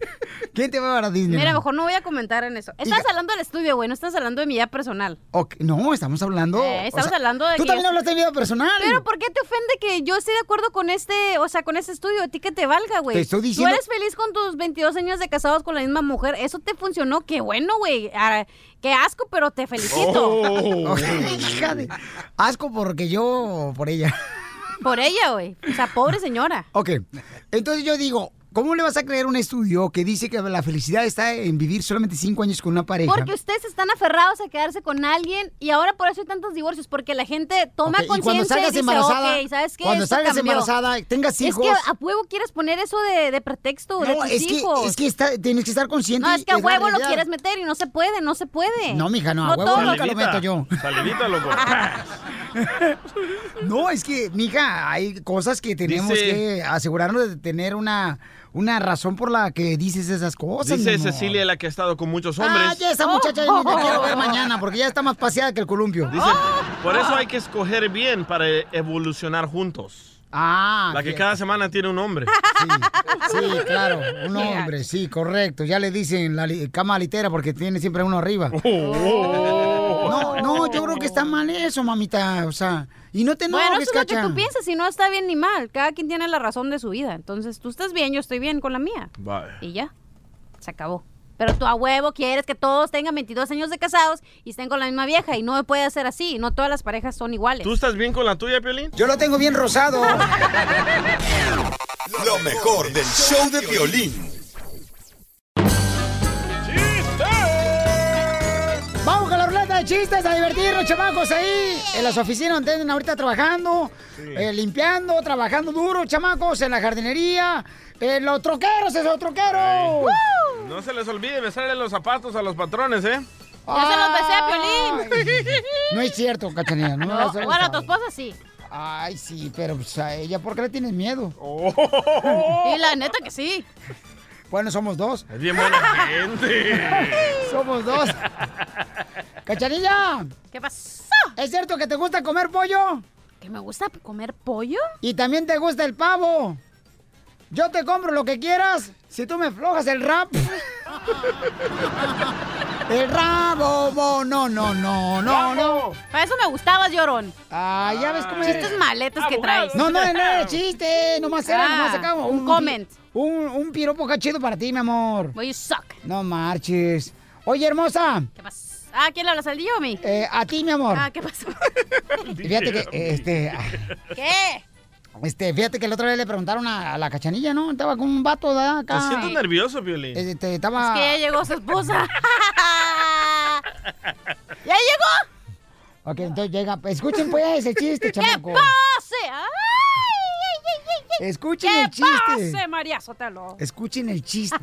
D: ¿Quién te va a llevar a Disney?
C: Mira, mejor no voy a comentar en eso. Estás hablando del estudio, güey. No estás hablando de mi vida personal.
D: Ok, No, estamos hablando.
C: Eh,
D: o
C: estamos hablando de
D: Tú
C: que
D: también
C: yo-
D: hablaste de vida personal.
C: Pero ¿por qué te ofende que yo esté de acuerdo con este, o sea, con este estudio? A ti que te valga, güey.
D: Te estoy diciendo-
C: Tú eres feliz con tus 22 años de casados con la misma mujer. Eso te funcionó. Qué bueno, güey. Ah, Qué asco, pero te felicito.
D: Oh. Hija de- Asco porque yo, por ella.
C: Por ella, güey. O sea, pobre señora.
D: Ok, entonces yo digo, ¿Cómo le vas a creer un estudio que dice que la felicidad está en vivir solamente cinco años con una pareja?
C: Porque ustedes están aferrados a quedarse con alguien y ahora por eso hay tantos divorcios, porque la gente toma
D: Ok, y
C: conciencia
D: cuando salgas
C: dice,
D: embarazada,
C: "Ok, ¿sabes qué?
D: cuando
C: Esto
D: salgas
C: cambió".
D: embarazada, tengas hijos.
C: Es que a huevo quieres poner eso de, de pretexto de
D: No,
C: tus
D: es que,
C: hijos.
D: es que está- tienes que estar consciente.
C: no, es que a
D: de la
C: huevo lo
D: realidad.
C: quieres meter y no se puede, no se puede.
D: No, mija, no, a huevo
C: todo
D: nunca lo meto yo. Ah,
E: Salivita, loco.
D: No, es que, mija, hay cosas que tenemos
E: Dice-
D: que asegurarnos de tener una, una razón por la que dices esas cosas. mi
E: Dice
D: amor.
E: Cecilia, la que ha estado con muchos
D: Ah,
E: hombres.
D: ya esa muchacha yo ni la quiero ver mañana Ah. porque ya está más paseada que el columpio.
E: Dice, por eso hay que escoger bien para evolucionar juntos.
D: Ah,
E: La que
D: sí.
E: cada semana tiene un hombre.
D: Sí, claro, un hombre, sí, correcto. Ya le dicen la li- cama litera porque tiene siempre uno arriba. No, no, yo creo que está mal eso, mamita, o sea, y no te
C: bueno,
D: enojes,
C: eso es lo que
D: Cacha.
C: tú piensas y no está bien ni mal. Cada quien tiene la razón de su vida. Entonces, tú estás bien, yo estoy bien con la mía. Y ya, se acabó. Pero tú a huevo quieres que todos tengan 22 años de casados y estén con la misma vieja y no puede ser así. No todas las parejas son iguales.
E: ¿Tú estás bien con la tuya, Piolín?
D: Yo lo tengo bien rosado.
B: Lo mejor del show de violín.
D: Vamos con la ruleta de chistes a divertirnos, chamacos, ahí en las oficinas donde andan ahorita trabajando, eh, limpiando, trabajando duro, chamacos, en la jardinería, en los troqueros, esos troqueros.
E: No se les olvide besarle los zapatos a los patrones, ¿eh?
C: Ya se los besé a Piolín.
D: No es cierto, Cachanilla. No, me
C: No,
D: vas a
C: bueno,
D: besar.
C: a tu esposa sí.
D: Ay, sí, pero pues, a ella, ¿por qué le tienes miedo? Oh.
C: Y la neta que sí.
D: Bueno, somos dos.
E: Es bien buena gente.
D: Somos dos. Cachanilla,
C: ¿Qué pasó?
D: ¿es cierto que te gusta comer pollo?
C: ¿Que me gusta comer pollo?
D: Y también te gusta el pavo. Yo te compro lo que quieras si tú me aflojas el rap. El rabo, bo, no, no, no, no, no.
C: Para eso me gustabas, llorón.
D: Ay, ya ves cómo eres.
C: Chistes maletas que traes.
D: No, no, no era chiste, nomás era,
C: Ah,
D: nomás acá.
C: un comment.
D: Un, un piropo cachido para ti, mi amor.
C: Well, you suck.
D: No marches. Oye, hermosa,
C: ¿Qué pasó? Ah, ¿quién le hablas? ¿Al día o a mí?
D: eh, a ti, mi amor.
C: Ah, ¿qué pasó?
D: Fíjate que, eh, este, ah,
C: ¿Qué?
D: este, fíjate que la otra vez le preguntaron a, a la cachanilla, ¿no? Estaba con un vato de
E: Te
D: acá.
E: siento nervioso, Piolín.
D: Este,
C: Es
D: estaba...
C: que ya llegó su esposa. ¿Ya llegó?
D: Ok, entonces llega. Escuchen pues el chiste,
C: ¡Que
D: chamaco.
C: pase! ¡Ay, ay, ay, ay, ay!
D: Escuchen el
C: ¡Que
D: chiste.
C: pase, María Sotelo!
D: Escuchen el chiste.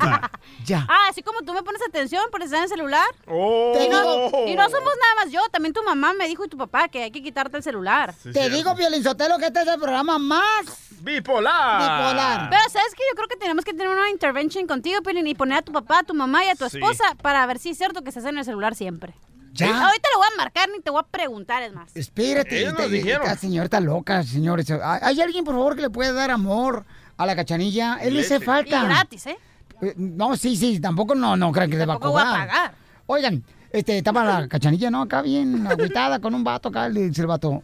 D: ya.
C: Ah, así como tú me pones atención por estar en el celular.
E: Oh.
D: Te
C: Y no,
D: digo-
C: y no somos nada más yo, también tu mamá me dijo y tu papá que hay que quitarte el celular.
E: Sí,
D: Te
E: cierto.
D: digo, Violín Sotelo, que este es el programa más.
E: Bipolar.
D: Bipolar.
C: Pero sabes que yo creo que tenemos que tener una intervention contigo, Pelín, y poner a tu papá, a tu mamá y a tu
E: Sí.
C: esposa para ver si es cierto que estás en el celular siempre.
D: Ya.
C: Ahorita le voy a marcar ni te voy a preguntar, es más.
D: Espérate.
E: Ellos
D: esta-
E: nos dijeron.
D: esta señora está loca, señores. ¿Hay hay alguien, por favor, que le pueda dar amor a la cachanilla? Él le hace
E: Leche.
C: Y
D: falta.
C: gratis, ¿eh?
D: Eh, No, sí, sí, tampoco no, no crean que
C: Tampoco
D: le va
C: voy
D: a
C: a
D: cobrar.
C: pagar.
D: Oigan, este, estaba la cachanilla, ¿no? Acá bien agüitada con un vato acá, le dice el vato,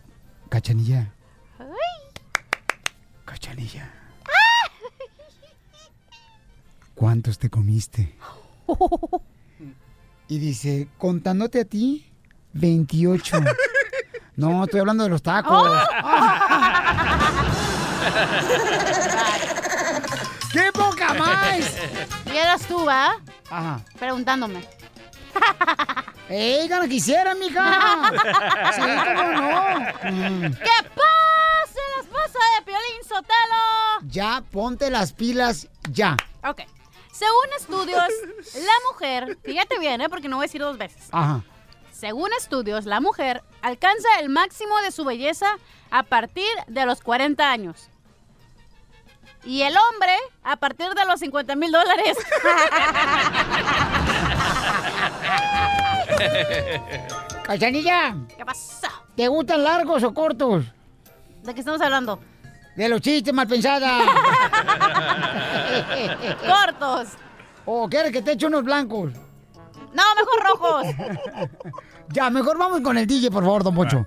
D: cachanilla. Cachanilla. ¿Cuántos te comiste? Y dice, contándote a ti, 28. No, estoy hablando de los
E: Oh.
D: tacos. ¡Ah, ¡Qué poca más!
C: Y eras tú, ¿va?
D: Ajá.
C: Preguntándome.
D: ¡Ey, gana quisiera, mija! Sí, cómo no. Mm.
C: ¡Que pase la esposa de Piolín Sotelo!
D: Ya, ponte las pilas, ya.
C: Ok. Según estudios, la mujer, fíjate bien, ¿eh? Porque no voy a decir dos veces.
D: Ajá.
C: Según estudios, la mujer alcanza el máximo de su belleza a partir de los 40 años. Y el hombre a partir de los 50 mil dólares.
D: Cachanilla,
C: ¿Qué pasó?
D: ¿te gustan largos o cortos?
C: ¿De qué estamos hablando?
D: De los chistes, mal pensada.
C: Cortos.
D: ¿O quieres que te eche unos blancos?
C: No, mejor rojos.
D: Ya, mejor vamos con el DJ, por favor, don Poncho.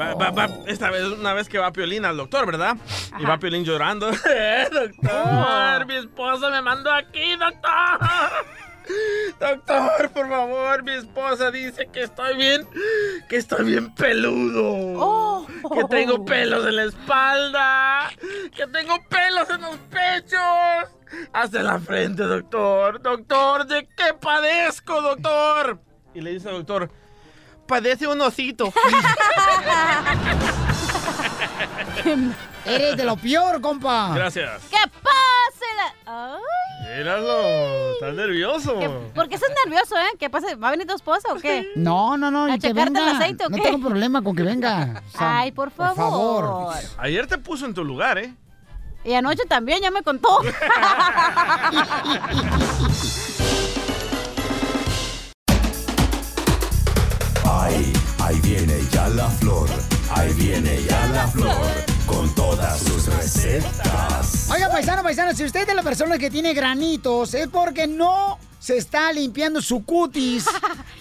E: Va- va- va- Esta vez, una vez que va Piolín al doctor, ¿verdad? Y va Piolín llorando. "Eh, doctor, mi esposa me mandó aquí, doctor.
D: Oh.
E: Doctor, por favor, mi esposa dice que estoy bien, que estoy bien peludo.
D: Oh.
E: Que tengo pelos en la espalda, que tengo pelos en los pechos, hasta en la frente, doctor. Doctor, ¿de qué padezco, doctor? Y le dice al doctor, padece un osito.
D: Eres de lo peor, compa.
E: Gracias.
C: ¡Que pase la... Ay,
E: Míralo, estás nervioso.
C: que- ¿Por qué estás nervioso, eh? ¿Qué pasa? ¿Va a venir tu esposa o qué?
D: No, no, no.
C: ¿A
D: y que
C: checarte el
D: venga.
C: aceite o
D: no
C: qué?
D: tengo problema con que venga. O sea,
C: Ay, por
D: por
C: favor.
D: favor.
E: Ayer te puso en tu lugar, ¿eh?
C: Y anoche también ya me contó.
B: Ay, ahí viene ya la flor. Ahí viene ya la flor. Con todas sus recetas.
D: Oiga, paisano, paisano, si usted es la persona que tiene granitos, es porque no se está limpiando su cutis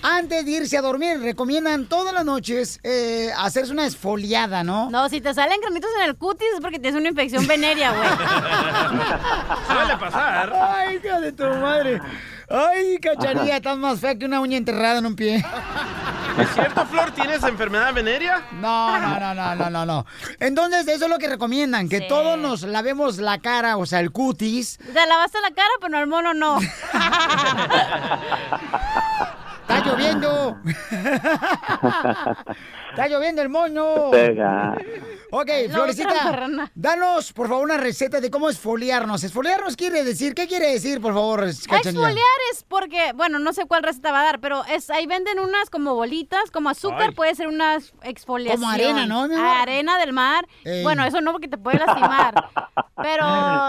D: antes de irse a dormir. Recomiendan todas las noches eh, hacerse una esfoliada, ¿no?
C: No, si te salen granitos en el cutis es porque tienes una infección venérea, güey.
E: Suele pasar.
D: Ay, hija de tu madre. Ay, cacharilla, estás más fea que una uña enterrada en un pie.
E: ¿Es cierto, Flor? ¿Tienes enfermedad venérea?
D: No, no, no, no, no, no, no. Entonces, eso es lo que recomiendan, que
C: Sí.
D: todos nos lavemos la cara, o sea, el cutis.
C: Te lavaste la cara, pero al mono no.
D: Está lloviendo. Está lloviendo el moño.
J: Pega.
D: Ok,
C: No, otra
D: Florecita,
C: marrana.
D: danos, por favor, una receta de cómo esfoliarnos. Esfoliarnos quiere decir, ¿qué quiere decir, por favor, cachanilla?
C: Exfoliar es porque, bueno, no sé cuál receta va a dar, pero es ahí venden unas como bolitas, como azúcar,
E: Ay.
C: puede ser una exfoliación.
D: Como arena, ¿no, mi amor?
C: Arena del mar.
D: Ey.
C: Bueno, eso no porque te puede lastimar, pero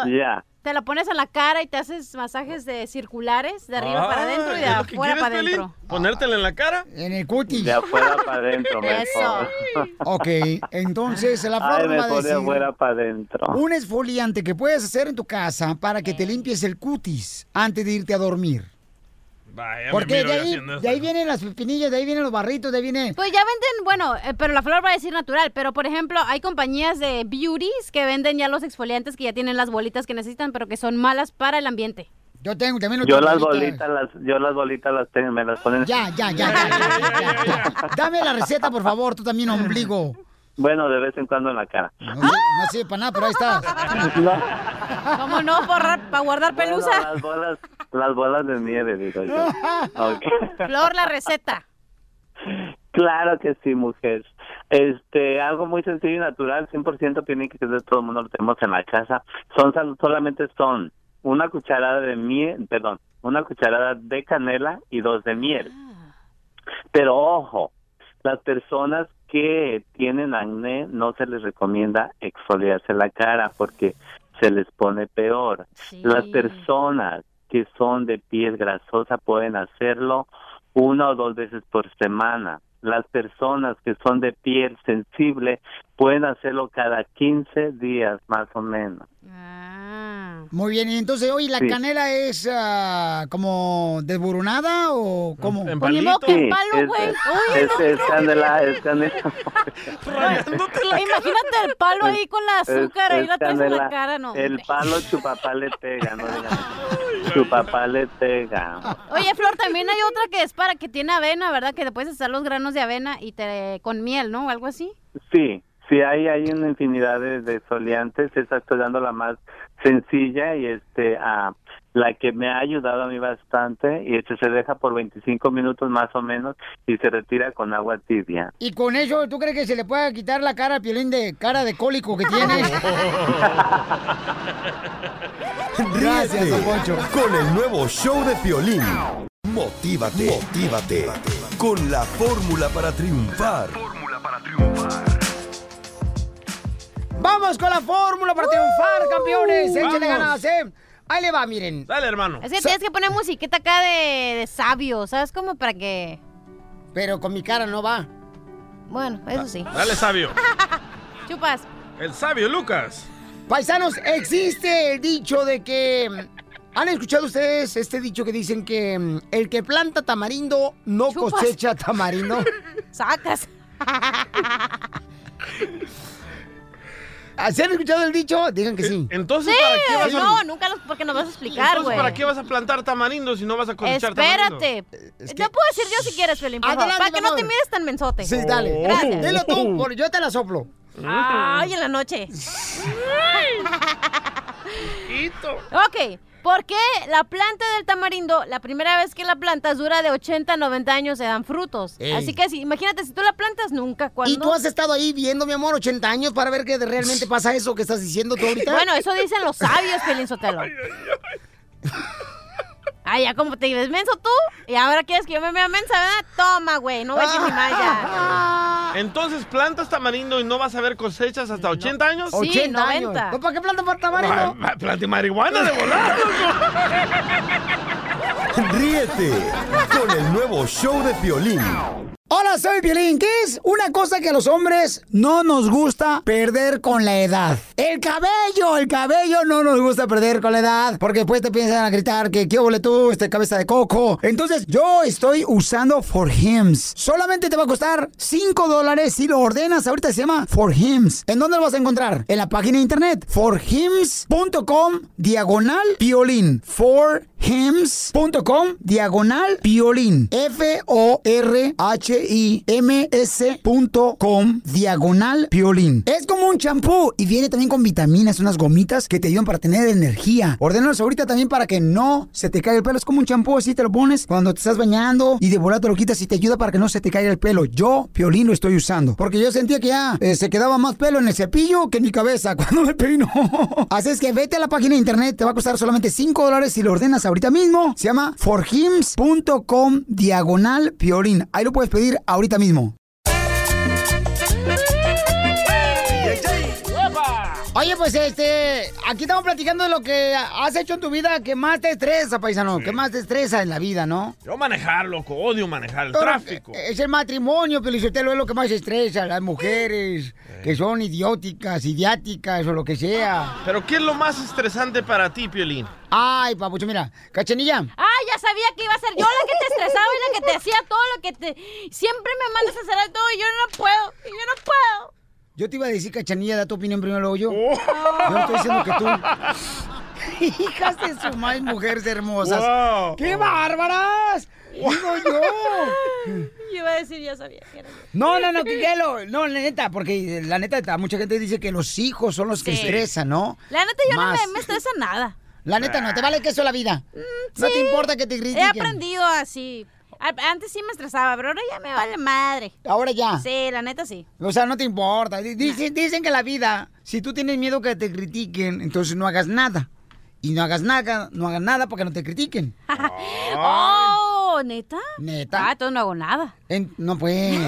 J: Ya.
C: te la pones en la cara y te haces masajes de circulares, de arriba para
E: Ah,
C: adentro y de
E: ¿es lo que
C: afuera
E: quieres,
C: para
E: Piolín?
C: adentro.
E: ¿Ponértela en la cara?
D: En el cutis.
J: De afuera para adentro,
C: Eso.
J: mejor.
D: Ok, entonces la
J: Ay,
D: forma
J: mejor
D: de
J: de
D: decir...
J: afuera para adentro.
D: Un esfoliante que puedes hacer en tu casa para que te limpies el cutis antes de irte a dormir.
E: Vaya, me
D: Porque
E: miro
D: de ahí,
E: yo haciendo
D: de ahí
E: esto.
D: vienen las pepinillas, de ahí vienen los barritos, de ahí viene...
C: Pues ya venden, bueno, eh, pero la flor va a decir natural, pero por ejemplo, hay compañías de beauties que venden ya los exfoliantes que ya tienen las bolitas que necesitan, pero que son malas para el ambiente.
D: Yo tengo también los
J: Yo las bolitas las, yo las bolitas las tengo, me las ponen.
D: Ah, Ya, ya, ya, ya, ya, ya, ya. Dame la receta, por favor, tú también, ombligo.
J: Bueno, de vez en cuando en la cara.
D: No,
C: ¡Ah!
D: sé- no sirve para nada, pero ahí está.
C: ¿Cómo no? Para guardar
J: Bueno,
C: pelusa.
J: las bolas, las bolas de nieve, digo yo. Ok.
C: Flor, la receta.
J: Claro que sí, mujer. Este, algo muy sencillo y natural, 100% tiene que ser de todo el mundo, lo tenemos en la casa. Son sal- solamente son una cucharada de miel, perdón, una cucharada de canela y dos de miel. Pero ojo, las personas que tienen acné no se les recomienda exfoliarse la cara porque se les pone peor.
C: Sí.
J: Las personas que son de piel grasosa pueden hacerlo una o dos veces por semana. Las personas que son de piel sensible pueden hacerlo cada 15 días más o menos.
C: Ah.
D: Muy bien, y entonces, oye, ¿la
J: Sí.
D: canela es ah, como desburunada o cómo?
E: En
C: Ni modo
E: palito.
C: que el palo,
J: es,
C: güey.
J: es-
C: Uy,
J: es- es canela, es canela.
C: Imagínate el palo ahí con la azúcar,
J: Es-
C: ahí
J: es
C: la traes en la
J: canela.
C: cara, no.
J: El
C: hombre.
J: palo tu papá le pega, no digas. Tu papá le pega.
C: Oye, Flor, también hay otra que es para que tiene avena, ¿verdad? Que te puedes echar los granos de avena y te con miel, ¿no? O algo así.
J: Sí, sí, hay, hay una infinidad de, de soleantes. Esta estoy dando la más sencilla y este, ah, la que me ha ayudado a mí bastante. Y este se deja por 25 minutos más o menos y se retira con agua tibia.
D: Y con ello, ¿tú crees que se le pueda quitar la cara al piolín de cara de cólico que tiene? Gracias,
B: Ríete
D: Don Poncho.
B: Con el nuevo show de Piolín. Motívate, motívate. Con la fórmula para triunfar.
D: Vamos con la fórmula para
J: ¡Uh!
D: triunfar, campeones. Échenle ganas,
E: Vamos.
D: ¿eh? Ahí le va, miren.
E: Dale, hermano.
C: Es que tienes que poner musiquita acá de, de sabio, ¿sabes? Como para que.
D: Pero con mi cara no va.
C: Bueno, eso sí.
E: Dale, sabio.
C: Chupas.
E: El sabio, Lucas.
D: Paisanos, existe el dicho de que... ¿Han escuchado ustedes este dicho que dicen que mm, el que planta tamarindo no
C: Chupas.
D: cosecha tamarindo?
C: Sacas.
D: ¿Se han escuchado el dicho? Digan que sí.
E: Eh, Entonces,
C: Sí,
E: ¿para qué vas a-
C: no, nunca los, porque nos vas a explicar,
E: Entonces,
C: güey.
E: ¿para qué vas a plantar tamarindo si no vas a cosechar tamarindo?
C: Espérate. No puedo decir yo si quieres, Pelín, por favor, para
D: Adelante,
C: que no te
D: comadre.
C: mires tan mensote. Oh.
D: Sí, dale.
C: Gracias.
D: Dilo tú, por- yo te la soplo.
C: Ay, en la noche. ok, ¿por qué la planta del tamarindo, la primera vez que la plantas dura de 80 a 90 años, se dan frutos?
D: Ey.
C: Así que si- imagínate, si tú la plantas nunca, cuando...
D: ¿Y tú has estado ahí viendo, mi amor, 80 años para ver que de- realmente pasa eso que estás diciendo tú ahorita?
C: Bueno, eso dicen los sabios, Pelín Sotelo. Ay, Ah, ya como te ves menso tú, y ahora quieres que yo me vea mensa, ¿verdad? Toma, güey, no voy a decir ni más ya.
E: Entonces, plantas tamarindo y no vas a ver cosechas hasta 80 años.
C: Sí, 80 años. 90.
D: ¿No, ¿Para qué planta para
E: Ah,
D: tamarindo?
E: ah, Plante marihuana de volar.
B: Ríete con el nuevo show de Piolín.
D: Hola, soy Piolín. ¿Qué es una cosa que a los hombres no nos gusta perder con la edad? El cabello, el cabello no nos gusta perder con la edad, porque después te piensan a gritar que qué ole tú, este cabeza de coco. Entonces, yo estoy usando For Hims. Solamente te va a costar 5 dólares si lo ordenas. Ahorita se llama For Hims. ¿En dónde lo vas a encontrar? En la página de internet forhims.com diagonal piolín. forhims.com diagonal piolín. F-O-R-H-I-M-S.com diagonal piolín. Es como un champú y viene también con vitaminas, unas gomitas que te ayudan para tener energía. Ordenalos ahorita también para que no se te caiga el pelo. Es como un champú, así te lo pones cuando te estás bañando y de volada te lo quitas y te ayuda para que no se te caiga el pelo. Yo, piolín, lo estoy usando porque yo sentía que ya eh, se quedaba más pelo en el cepillo que en mi cabeza cuando me peino. Así es que vete a la página de internet, te va a costar solamente 5 dólares si lo ordenas ahorita mismo. Se llama forhims.com diagonal piolín. Ahí lo puedes pedir ahorita mismo. Oye, pues este, aquí estamos platicando de lo que has hecho en tu vida que más te estresa, paisano, que más te estresa en la vida, ¿no?
E: Yo manejar, loco, odio manejar el
D: Pero,
E: tráfico.
D: eh, Es el matrimonio, Felicitelo, es lo que más estresa. Las mujeres que son idióticas, idiáticas o lo que sea.
E: Pero ¿qué es lo más estresante para ti, Piolín?
D: Ay, papucho, mira, cachenilla.
C: Ah, ya sabía que iba a ser yo la que te estresaba y la que te hacía todo lo que te... Siempre me mandas a hacer todo y yo no puedo, y yo no puedo.
D: Yo te iba a decir, cachanilla, da tu opinión primero, luego yo. Yo no estoy diciendo que tú. Hijas de su madre, mujeres hermosas.
E: Wow.
D: ¡Qué bárbaras! Digo yo.
C: Yo iba a decir, ya sabía que era yo.
D: No, no, no, Kikelo, no, la neta, porque la neta, ta- mucha gente dice que los hijos son los que
C: Sí.
D: estresan, ¿no?
C: La neta, yo
D: Más.
C: no me, me estresa nada.
D: La neta, no, te vale queso la vida. No te
C: Mm, sí.
D: importa que te
C: He
D: critiquen.
C: aprendido así. Al- Antes sí me estresaba, pero ahora ya me vale madre.
D: Ahora ya.
C: Sí, la neta sí.
D: O sea, no te importa. Di- Dicen, dicen que la vida, si tú tienes miedo que te critiquen, entonces no hagas nada. Y no hagas nada, no hagas nada para que no te critiquen.
C: ¡Oh! ¿Neta?
D: Neta.
C: Ah, entonces no hago nada.
D: En- no, pues.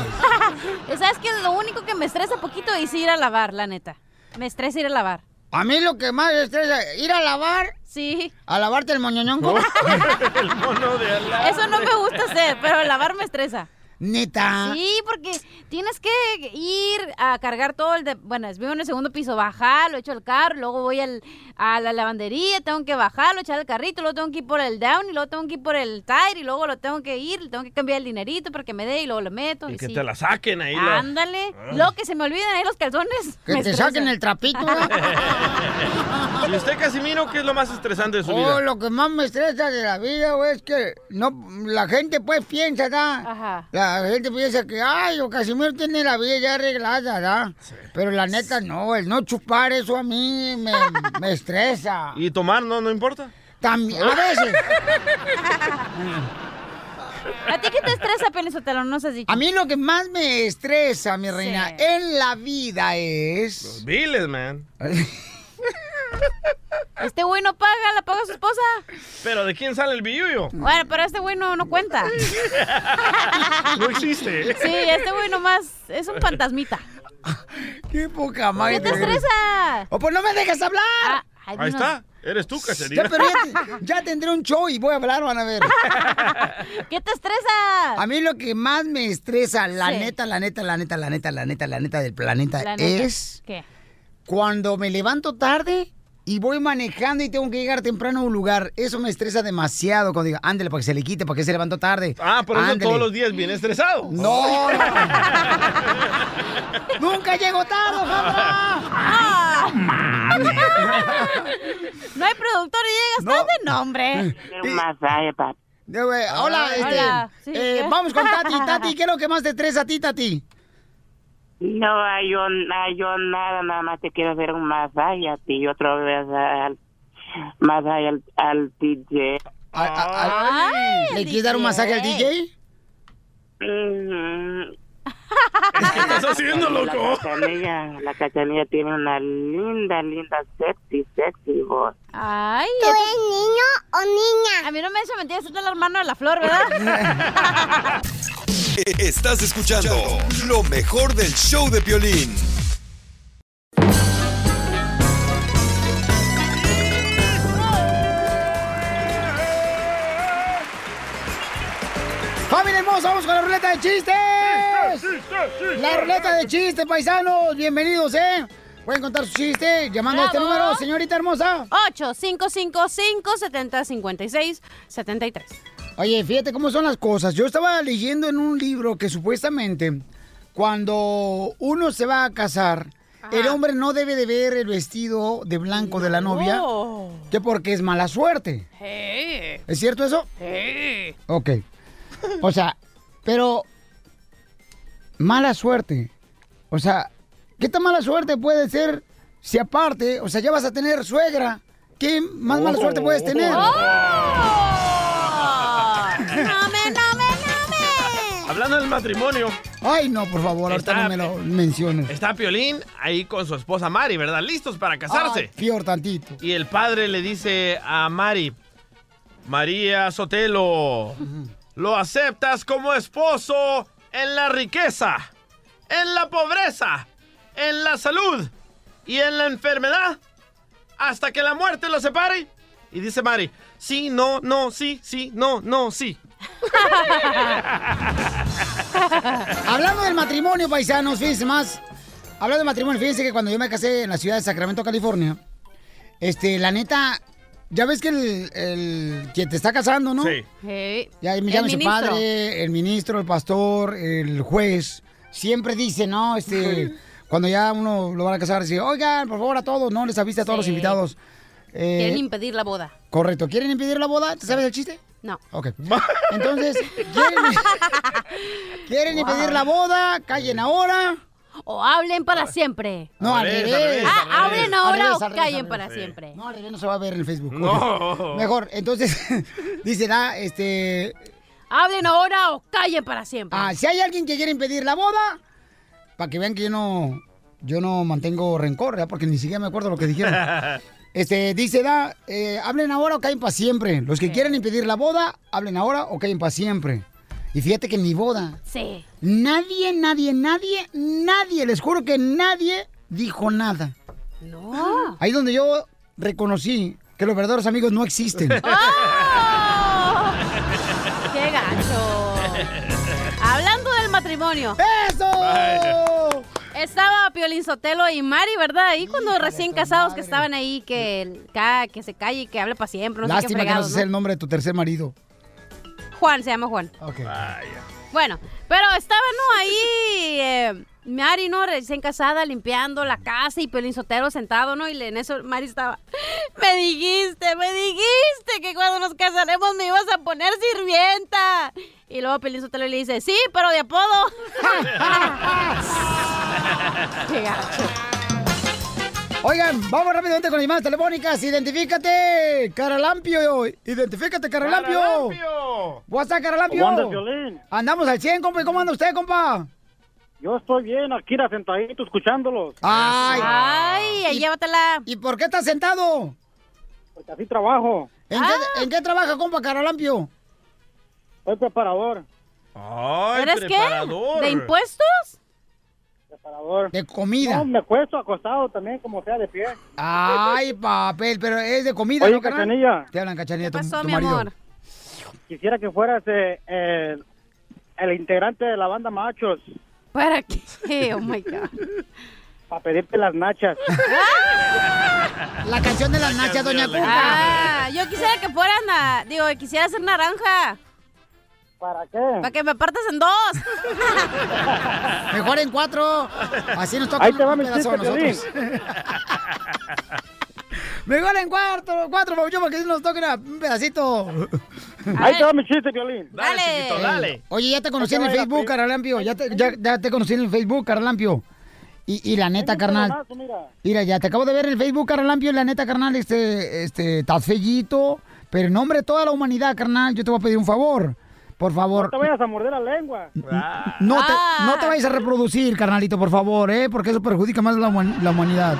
C: ¿Sabes qué? Lo único que me estresa poquito es ir a lavar, la neta. Me estresa ir a lavar.
D: A mí lo que más estresa, ir a lavar,
C: Sí.
D: a lavarte el moñoñón.
E: el mono de al lado.
C: Eso no me gusta hacer, pero lavar me estresa.
D: Neta.
C: Sí, porque tienes que ir a cargar todo el... De... Bueno, vivo en el segundo piso, bajarlo, echo el carro, luego voy al, a la lavandería, tengo que bajarlo, echar el carrito, luego tengo que ir por el down y luego tengo que ir por el tire y luego lo tengo que ir, le tengo que cambiar el dinerito para que me dé y luego lo meto.
E: Y que
C: sí.
E: te la saquen ahí. la- Ah.
C: Ándale. Luego que se me olviden ahí los calzones.
D: Que
C: me
D: te
C: estresa.
D: saquen el trapito. ¿eh?
E: ¿Y usted, Casimiro, qué es lo más estresante de su
D: Oh,
E: vida?
D: lo que más me estresa de la vida, güey, es que no, la gente pues piensa, ¿da?
C: Ajá.
D: La gente piensa que, ay, o Casimiro tiene la vida ya arreglada, ¿da? Pero la neta no, el no chupar eso a mí me, me estresa.
E: ¿Y tomar? No, no importa.
D: También, a veces,
C: ¿A ti qué te estresa, Pelizotelo? No nos has dicho.
D: a mí lo que más me estresa, mi reina,
C: Sí.
D: en la vida es...
E: Viles, man.
C: Este güey no paga, la paga su esposa.
E: Pero ¿de quién sale el billuyo?
C: Bueno, pero este güey no, no cuenta.
E: No existe.
C: Sí, este güey nomás es un fantasmita.
D: ¡Qué poca madre!
C: ¿Qué te estresa?
D: ¡Oh, pues no me dejas hablar!
C: Ah, ay,
E: Ahí
C: no.
E: está. Eres tú,
D: Ya,
E: Casimiro.
D: pero ya, ya tendré un show y voy a hablar, van a ver.
C: ¿Qué te estresa?
D: A mí lo que más me estresa, la
C: Sí.
D: neta, la neta, la neta, la neta, la neta, la neta del planeta
C: La neta.
D: es
C: ¿Qué?
D: cuando me levanto tarde y voy manejando y tengo que llegar temprano a un lugar. Eso me estresa demasiado cuando digo, ándale, para que se le quite, para que se levantó tarde.
E: Ah, por eso
D: Ándale.
E: todos los días viene estresado.
D: No, no. ¡Nunca Ah, llego tarde, ah.
C: No hay productor y llegas tarde, no, hombre.
D: Eh, güey, Hola, este,
C: Ah, Hola, sí,
D: eh,
C: ¿qué?
D: vamos con Tati. Tati, ¿qué es lo que más te estresa a ti, Tati?
L: No, ay, yo, ay, yo nada, nada más te quiero hacer un masaje a ti y otra vez al masaje al, al DJ.
D: Ay, ¿Le quieres dar un masaje al DJ?
L: ¿Qué
E: estás haciendo,
L: La
E: loco?
L: cachanilla, la cachanilla tiene una linda, linda, sexy, sexy voz.
C: Ay. ¿Tú eres niño o niña? A mí no me hizo mentir, es el hermano de la flor, ¿verdad?
B: E-, Estás escuchando lo mejor del show de Piolín.
D: ¡Familia hermosa! ¡Vamos con la ruleta de chistes! ¡La ruleta de chistes, paisanos! ¡Bienvenidos, eh! Pueden contar su chiste llamando a este
C: Bravo.
D: número, señorita hermosa.
C: 8-555-70-56-73.
D: Oye, fíjate cómo son las cosas. Yo estaba leyendo en un libro que supuestamente cuando uno se va a casar, el hombre no debe de ver el vestido de blanco de la novia, que porque es mala suerte.
C: Hey.
D: ¿Es cierto eso?
C: Hey.
D: Ok. O sea, pero mala suerte. O sea, ¿qué tan mala suerte puede ser si aparte, o sea, ya vas a tener suegra? ¿Qué más mala suerte puedes tener?
H: Oh.
E: Hablando del matrimonio,
D: Ay, no, por favor, ahorita
E: Está-
D: no me lo menciones.
E: está Piolín ahí con su esposa Mari, ¿verdad? Listos para
D: Ay,
E: casarse.
D: Fior tantito.
E: Y el padre le dice a Mari, María Sotelo, lo aceptas como esposo en la riqueza, en la pobreza, en la salud y en la enfermedad, hasta que la muerte lo separe. Y dice Mari, sí, no, no, sí, sí, no, no, sí.
D: Hablando del matrimonio, paisanos, fíjense más. Hablando del matrimonio, fíjense que cuando yo me casé en la ciudad de Sacramento, California, este, la neta, ya ves que el, el que te está casando, ¿no?
E: Sí.
C: Hey.
D: Ya me
C: El
D: llama su
C: ministro.
D: padre, el ministro, el pastor, el juez. Siempre dice, ¿no? Este, cuando ya uno lo van a casar, dice, oigan, por favor, a todos, ¿no? Les avisa a todos los
C: Sí.
D: invitados. Eh,
C: Quieren impedir la boda.
D: correcto. ¿Quieren impedir la boda? ¿Te sabes el chiste?
C: No.
D: Ok. Entonces, ¿quieren, quieren
C: Wow.
D: impedir la boda? Callen ahora. Ah.
C: O hablen para siempre.
D: No, al revés.
C: Ah, hablen ahora
D: Al revés,
C: o
D: al revés, al
C: callen
D: revés.
C: para siempre.
D: No, al revés no se va a ver en el Facebook.
E: No.
D: Mejor, entonces, dicen, ah, este...
C: Hablen ahora o callen para siempre.
D: Ah, si hay alguien que quiere impedir la boda, para que vean que yo no, yo no mantengo rencor, ¿verdad? Porque ni siquiera me acuerdo lo que dijeron. Este, dice, da, eh, hablen ahora o callen para siempre. Los que quieren impedir la boda, hablen ahora o callen para siempre. Y fíjate que en mi boda,
C: Sí.
D: nadie, nadie, nadie, nadie, les juro que nadie dijo nada.
C: No.
D: Ahí donde yo reconocí que los verdaderos amigos no existen.
C: Ah, ¡Qué gacho! Hablando del matrimonio.
D: ¡Eso!
C: Estaba Piolín Sotelo y Mari, ¿verdad? Ahí cuando recién casados que estaban ahí, que, el- ca- que se calle y que hable para siempre. No sé qué
D: Lástima que no
C: fregados,
D: sé
C: ¿no?
D: el nombre de tu tercer marido.
C: Juan, se llama Juan.
D: Ok.
C: Bueno, pero estaba, ¿no? Ahí eh, Mari, ¿no? Recién casada, limpiando la casa y Piolín Sotelo sentado, ¿no? Y le- en eso Mari estaba, me dijiste, me dijiste que cuando nos casaremos me ibas a poner sirvienta. Y luego Piolín Sotelo le dice, sí, pero de apodo. Qué gacho.
D: Oigan, vamos rápidamente con las llamadas telefónicas. Identifícate, Caralampio. Identifícate, Caralampio. WhatsApp, Caralampio.
M: ¿Cómo andas, Piolín?
D: Andamos al 100, compa. ¿Y cómo anda usted, compa?
M: Yo estoy bien, aquí la sentadito escuchándolos.
D: Ay.
C: Ay, llévatela.
D: ¿Y por qué estás sentado?
M: Porque así trabajo.
D: ¿En,
C: Ah.
D: qué, en qué trabaja, compa, Caralampio?
M: Soy preparador.
C: ¿Eres qué? ¿De impuestos?
M: Preparador.
D: De comida.
M: No, me cuesto acostado también, como sea, de pie.
D: Ay, papel, pero es de comida,
M: Oye,
D: ¿no, carnal?
M: Cachanilla.
D: Te hablan, Cachanilla, tu,
C: pasó,
D: tu
C: mi
D: marido.
C: amor?
M: Quisiera que fueras eh, el, el integrante de la banda Machos.
C: ¿Para qué? Oh my God.
M: Para pedirte las nachas.
D: La canción de las nachas, doña Cuca.
C: Ah, yo quisiera que fueran a... Digo, quisiera ser naranja.
M: ¿Para qué?
C: Para que me partas en dos.
D: Mejor en cuatro. Así nos toca
M: Ahí te va
D: un
M: mi
D: pedazo a
M: chiste, Piolín.
D: nosotros. Mejor en cuarto, cuatro, Pabuchón, porque si nos toca una- un pedacito.
M: Ahí te va mi chiste, Piolín.
D: Dale,
M: chiquito, dale.
D: Oye, ya te conocí en el
M: Ahí te va la
D: Facebook,
M: pri-
D: Caralampio. Ya te, ya, ya te conocí en el Facebook, Caralampio. Y, y la neta, carnal.
M: pedazo, mira.
D: Mira, ya te acabo de ver en el Facebook, Caralampio. Y la neta, carnal, este, este, estás fellito. Pero en nombre de toda la humanidad, carnal, yo te voy a pedir un favor. Por favor.
M: No te vayas a morder la lengua.
D: No te,
C: Ah.
D: no te vayas a reproducir, carnalito, por favor, ¿eh? Porque eso perjudica más la, human- la humanidad.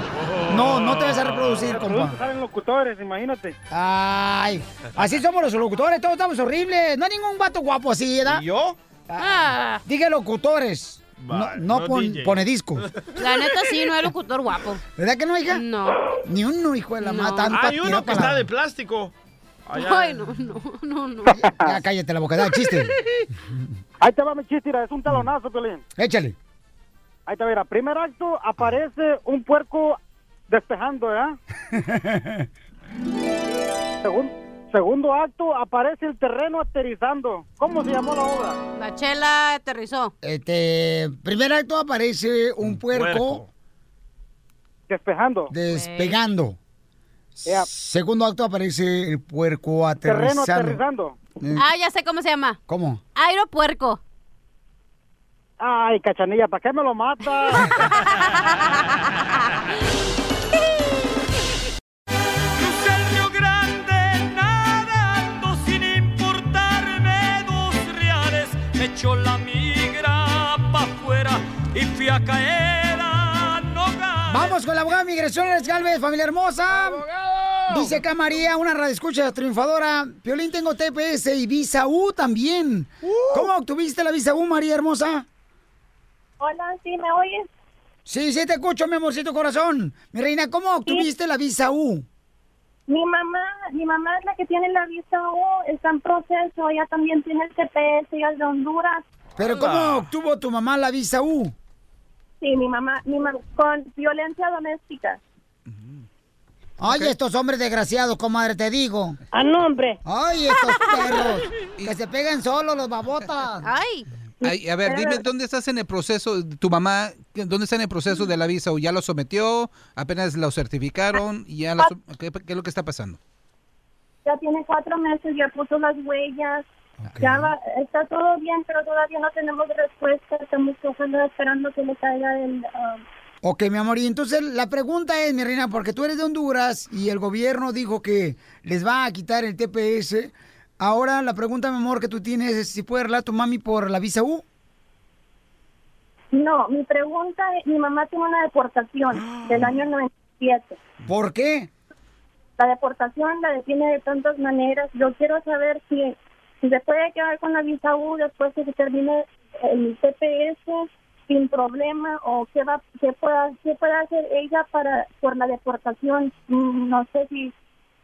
D: No, no te vayas a reproducir, compa. Ah,
M: Salen locutores, imagínate.
D: Ay, así somos los locutores, todos estamos horribles. No hay ningún vato guapo así, ¿eh, ¿verdad? ¿Y yo? Diga locutores.
E: Va,
D: no no
E: no
D: pon-
E: DJ.
D: pone discos.
C: La neta sí, no es locutor guapo.
D: ¿Verdad que no, hija? No. Ni uno, hijo de la
C: No.
D: mata. tanta
E: Hay uno que
D: tiracola.
E: está de plástico. Allá.
C: Ay, no, no, no, no.
D: Ya cállate la boca, da el chiste.
M: Ahí te va mi chiste, mira, es un talonazo, Piolín.
D: Échale.
M: Ahí te va, mira. Primer acto, aparece un puerco despejando, ¿ya? Segun- segundo acto, aparece el terreno aterrizando. ¿Cómo se llamó la obra?
C: La chela aterrizó.
D: Este, primer acto aparece un puerco.
M: Despejando.
D: Despegando.
M: Ya.
D: Segundo acto aparece el puerco
M: Terreno
D: aterrizando.
M: aterrizando.
D: Eh,
C: Ah, ya sé cómo se llama.
D: ¿Cómo?
C: Aeropuerco.
M: Ay, cachanilla, ¿para qué me lo mata?
H: río grande nadando sin importarme dos reales. Me echó la migra pa' afuera y fui a caer a Nogales.
D: Vamos con la abogada de migraciones, Galvez, familia hermosa. Dice acá María, una radioescucha triunfadora. Piolín, tengo TPS y visa U también. ¿Cómo obtuviste la visa U, María hermosa?
N: Hola, ¿sí me oyes?
D: Sí, sí, te escucho, mi amorcito corazón. Mi reina, ¿cómo obtuviste la visa U?
N: Mi mamá, mi mamá es la que tiene la visa O, está en proceso, ella también tiene el CPS, ella es de Honduras.
D: Pero ¿cómo obtuvo tu mamá la visa U?
N: Sí, mi mamá, mi mamá, con violencia doméstica.
D: Ay, estos hombres desgraciados, comadre, te digo.
N: Ah,
D: ¡A nombre! Ay, estos perros. que se pegan solos los babotas.
C: Ay.
O: Ay, a ver, dime, ¿dónde estás en el proceso? ¿Tu mamá, dónde está en el proceso de la visa? ¿O ya lo sometió? ¿Apenas lo certificaron? y ya la som- ¿qué, qué es lo que está pasando?
N: Ya tiene cuatro meses, ya puso las huellas, ya va- está todo bien, pero todavía no tenemos respuesta, estamos trabajando esperando que le caiga el... ah,
D: Ok, mi amor, y entonces la pregunta es, mi reina, porque tú eres de Honduras y el gobierno dijo que les va a quitar el TPS. Ahora la pregunta, mi amor, que tú tienes es si puede arreglar tu mami por la visa U.
N: No, mi pregunta es, mi mamá tiene una deportación del año 97.
D: Ah. ¿Por qué?
N: La deportación la detiene de tantas maneras. Yo quiero saber si, si se puede quedar con la visa U después que se termine el TPS sin problema o qué va qué pueda qué puede hacer ella para por la deportación. Mm, No sé si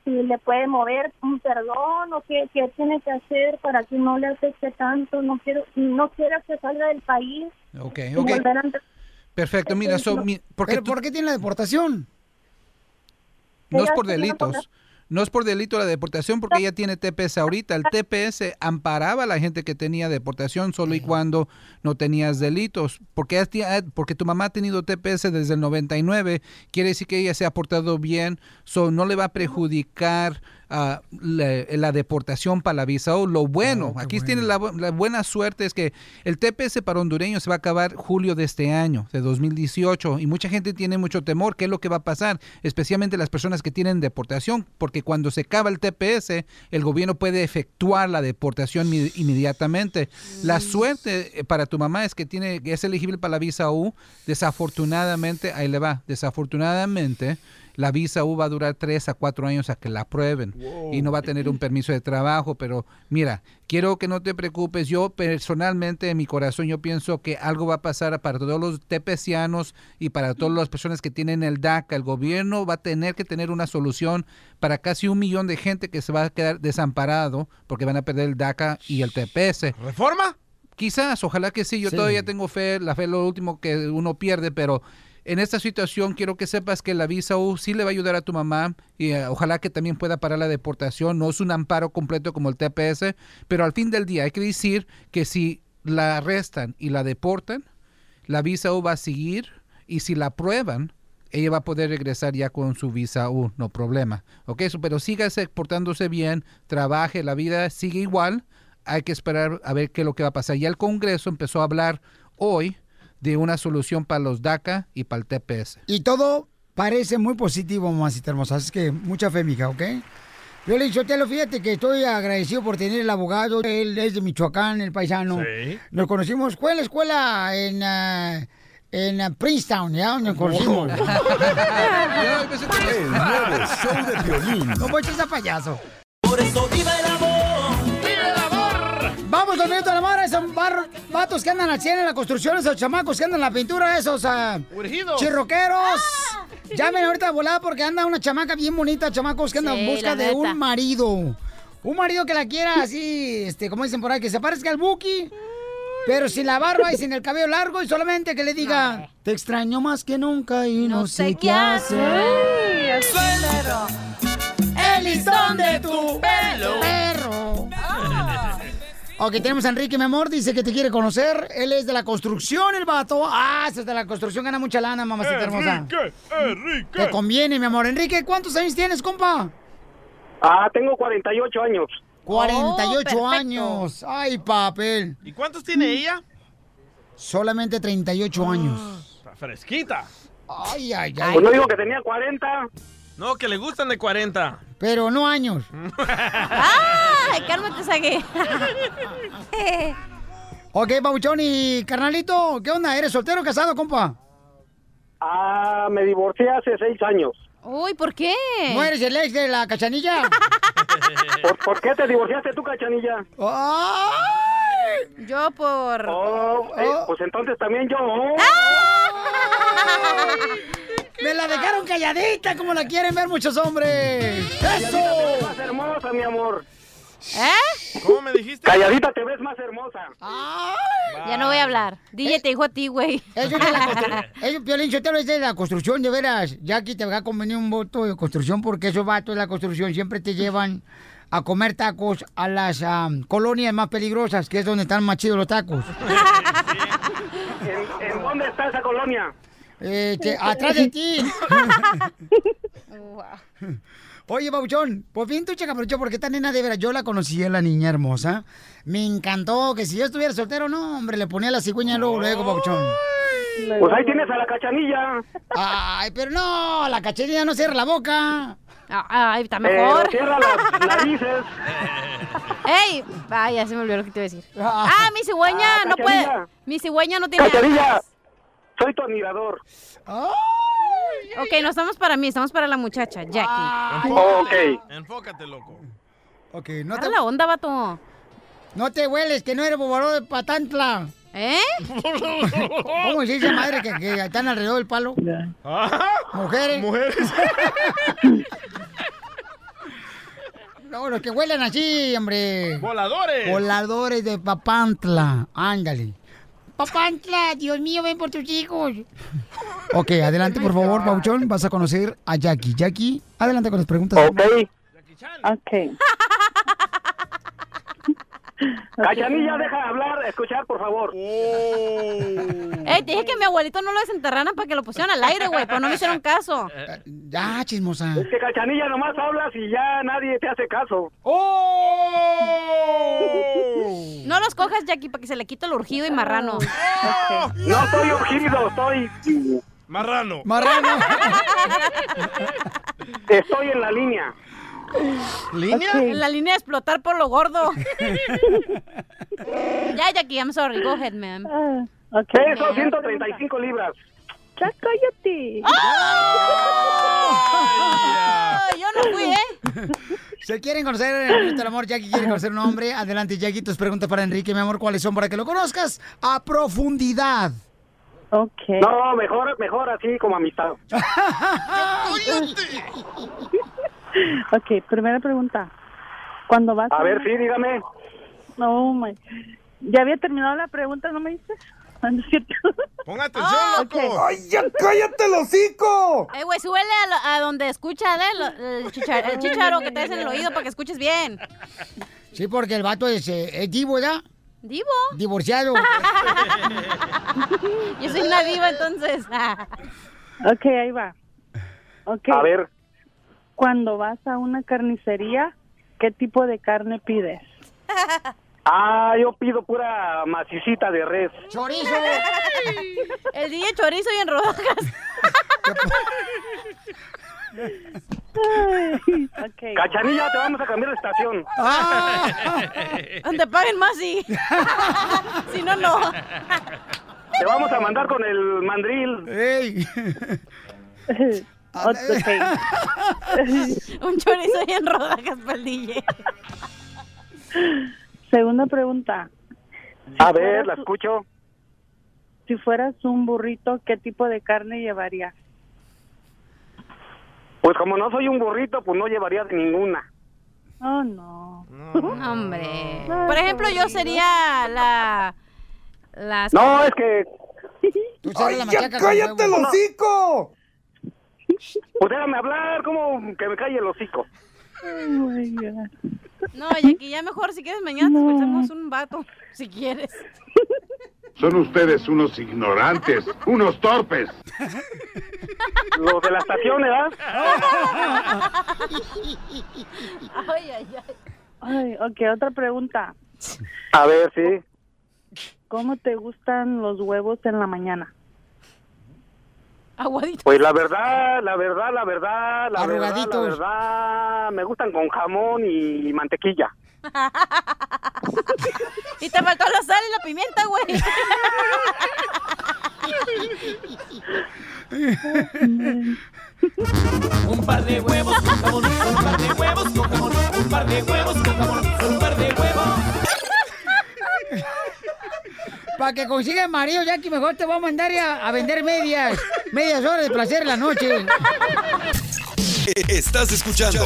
N: si le puede mover un perdón o qué, qué tiene que hacer para que no le afecte tanto. No quiero no quiero que salga del país.
O: Ok,
N: y
O: ok.
N: volver a entrar.
O: Perfecto, mira, so, mi- porque
D: ¿Pero
O: tú-
D: por qué tiene la deportación?
O: no es
D: ella
O: por
D: tiene una
O: delitos. No es por delito la deportación porque ella tiene TPS ahorita. El TPS amparaba a la gente que tenía deportación solo y cuando no tenías delitos. Porque, ella ti- ah, porque tu mamá ha tenido TPS desde el 99, quiere decir que ella se ha portado bien, so no le va a perjudicar ah, la, la deportación para la visa. O lo bueno, aquí tiene la, bu- la buena suerte es que el TPS para hondureños se va a acabar julio de este año, de 2018, y mucha gente tiene mucho temor, ¿qué es lo que va a pasar? Especialmente las personas que tienen deportación, porque cuando se acaba el TPS, el gobierno puede efectuar la deportación mi- inmediatamente. La suerte eh, para tu mamá es que tiene que es elegible para la visa U, desafortunadamente, ahí le va, desafortunadamente. La visa U va a durar tres a cuatro años a que la aprueben y no va a tener un permiso de trabajo. Pero mira, quiero que no te preocupes. Yo personalmente, en mi corazón, yo pienso que algo va a pasar para todos los tepecianos y para todas las personas que tienen el DACA. El gobierno va a tener que tener una solución para casi un millón de gente que se va a quedar desamparado porque van a perder el DACA y el TPS. ¿Reforma? Quizás, ojalá que sí. Yo
P: Sí.
O: todavía tengo fe. La fe es lo último que uno pierde, pero en esta situación quiero que sepas que la visa U sí le va a ayudar a tu mamá y eh, ojalá que también pueda parar la deportación. No es un amparo completo como el TPS, pero al fin del día hay que decir que si la arrestan y la deportan, la visa U va a seguir y si la prueban, ella va a poder regresar ya con su visa U, no problema. Ok, so, pero sígase portándose bien, trabaje, la vida sigue igual. Hay que esperar a ver qué es lo que va a pasar. Ya el Congreso empezó a hablar hoy de una solución para los DACA y para el TPS.
I: Y todo parece muy positivo, mamacita hermosa. Así que mucha fe, mija, ¿ok?
D: Yo le te lo fíjate que estoy agradecido por tener el abogado. Él es de Michoacán, el paisano.
I: Sí.
D: Nos conocimos, fue en la escuela en, ah, en ah, Princeton, ¿ya? Nos conocimos.
B: El nuevo show de violín.
D: No puedes a payaso.
B: Por eso viva el amor.
D: Vamos con minuto de la mara, esos bar- vatos que andan al 100 en la construcción, esos chamacos que andan en la pintura, esos ah,
E: Urgidos.
D: chirroqueros. Llamen ahorita de volada porque anda una chamaca bien bonita, chamacos que andan
E: Sí,
D: en busca
E: la
D: de
E: neta.
D: un marido. Un marido que la quiera así, este, como dicen por ahí, que se parezca al Buki, pero sin la barba y sin el cabello largo y solamente que le diga, te extraño más que nunca y no, sé, qué hacer.
E: Suéltalo.
D: El listón de tu pelo. Ah. Perro. Ok, tenemos a Enrique, mi amor, dice que te quiere conocer. Él es de la construcción, el vato. Ah, es de la construcción, gana mucha lana, mamacita hermosa.
P: Enrique, Enrique.
D: Te conviene, mi amor. Enrique, ¿cuántos años tienes, compa?
P: Ah, tengo 48 años.
D: 48 años. Ay, papel. Mm.
E: ¿Y cuántos tiene ella?
D: Solamente 38 años.
E: Está fresquita.
D: Ay, ay, ay.
E: Pues no digo
P: que tenía 40.
E: No, que le gustan de 40.
D: Pero no años.
C: ¡Ay, ¡Ah! cálmate, Sague!
D: ok, Pabuchón y carnalito, ¿qué onda? ¿Eres soltero o casado, compa?
P: Ah, me divorcié hace 6 años.
D: Uy, ¿por qué? ¿No eres el ex de la cachanilla?
P: ¿Por, por qué te divorciaste tú, cachanilla?
C: Yo por... ¡Ah!
P: Oh, eh, pues entonces también yo.
D: Me la dejaron calladita como la quieren ver muchos hombres. ¡Eso!
P: Más hermosa, mi amor.
C: ¿Eh?
P: ¿Cómo me dijiste? Calladita te ves más hermosa.
C: Ya no voy a hablar. DJ te dijo a ti, güey.
D: Ellos, de la constru- ellos, Piolín, yo te lo de la construcción, de veras. Ya aquí te va a convenir un voto de construcción porque esos vatos de la construcción siempre te llevan a comer tacos a las ah, colonias más peligrosas, que es donde están más chidos los tacos.
P: ¿En, en dónde está esa colonia?
D: Este, atrás de ti. Oye, Babuchón, por fin tú checa, pero porque esta nena de veras, yo la conocí a la niña hermosa. Me encantó, que si yo estuviera soltero, no, hombre, le ponía la cigüeña luego, luego, Babuchón.
P: Pues ahí tienes a la cachanilla.
D: Ay, pero no, la cachanilla no cierra la boca.
C: Ah, Ay, está
P: Pero
C: mejor.
P: Eh, cierra las narices.
C: ¡Ey! Ay, ya se me olvidó lo que te iba a decir. ¡Ah, mi cigüeña!
P: Ah,
C: no puede.
P: Cachanilla.
C: Mi cigüeña no tiene.
P: Cachanilla, soy tu admirador.
C: Ok, no estamos para mí, estamos para la muchacha, Jackie.
P: Enfócate,
E: ok. Enfócate, loco.
D: Ok, no
C: te... la onda, vato.
D: No te hueles, que no eres bobaró de patantla.
C: ¿Eh?
D: ¿Cómo se dice, madre, que, que están alrededor del palo? Ah, Mujeres.
E: Mujeres.
D: No, los que huelen así, hombre.
E: Voladores.
D: Voladores de Papantla. Ándale. Papantla, Dios mío, ven por tus hijos. Ok, adelante, por favor, Pauchón. Vas a conocer a Jackie. Jackie, adelante con las preguntas.
P: Ok.
D: Ok. Ah.
P: Cachanilla, deja hablar, escuchar, por favor.
D: Oh.
C: Oh. Ey, te dije que a mi abuelito no lo desenterraran para que lo pusieran al aire, güey, pero no me hicieron caso.
D: Ya, chismosa.
P: Es que Cachanilla nomás hablas y ya nadie te hace caso.
D: Oh.
P: Oh.
C: No los cojas, Jackie, para que se le quite el urgido y marrano.
P: No estoy urgido, estoy... Marrano.
D: Marrano.
P: Estoy en la línea.
E: ¿Línea?
C: En la línea de explotar por lo gordo. ya, Jackie, I'm sorry. Go ahead, ma'am.
P: Peso 135 libras.
N: Ah, ¡Ya cállate!
C: Yo no fui, ¿eh?
D: Se quieren conocer en el momento del amor, Jackie quiere conocer un hombre. Adelante, Jackie, tus preguntas para Enrique, mi amor, ¿cuáles son para que lo conozcas a profundidad?
N: Ok.
P: No, mejor, mejor así como amistad.
N: ok, primera pregunta. Cuando vas
P: A ver,
N: una-
P: sí, dígame.
N: No, my- Ya había terminado la pregunta, ¿no me dices?
E: Pon atención,
I: Ah,
E: loco.
Q: ¡Ay, ya cállate el hocico!
C: Eh, güey, súbele a, lo- a donde escucha, ¿eh? Lo- el, chichar- el chicharo que traes en el oído para que escuches bien.
D: Sí, porque el vato es, eh, es divo, ¿verdad?
C: Divo.
D: Divorciado.
C: Yo soy una diva, entonces.
I: Ok, ahí va. Ok.
R: A ver.
I: Cuando vas a una carnicería, ¿qué tipo de carne pides?
R: Ah, yo pido pura macicita de res.
D: ¡Chorizo!
C: El día chorizo y en rodajas.
I: Ok.
R: Cachanilla, te vamos a cambiar de estación.
D: Ah.
C: Donde paguen más, sí. si no, no.
R: Te vamos a mandar con el mandril.
C: Un chorizo y en rodajas para el DJ.
I: Segunda pregunta.
R: A ver, la escucho.
I: Si fueras un burrito, ¿qué tipo de carne llevarías?
R: Pues como no soy un burrito, pues no llevaría de ninguna.
I: Oh, no.
C: Hombre. Por ejemplo, yo sería la. la
R: No, es que...
D: ¡Ay,
C: la machaca con cállate huevo. el
R: hocico! Pues déjame hablar, como que me calle el hocico.
C: No, Jackie, ya mejor si quieres mañana te escuchamos un vato, si quieres.
P: Son ustedes unos ignorantes, unos torpes.
R: Los de la estación, ¿verdad?
C: Ay, ay, ay.
I: Ay, ok, otra pregunta.
R: A ver, sí.
I: ¿Cómo te gustan los huevos en la mañana?
C: Aguadito.
R: Pues la verdad, la verdad, la verdad, la verdad, la
I: Arrugaditos.
R: verdad, me gustan con jamón y mantequilla.
C: Y te faltó la sal y la pimienta, güey.
H: Un par de huevos con jamón, un par de huevos con jamón, un par de huevos con jamón, un par de huevos.
D: Para que consiga marido, Jackie, mejor te voy a mandar a, a vender medias. Medias horas de placer en la noche.
B: E-, Estás escuchando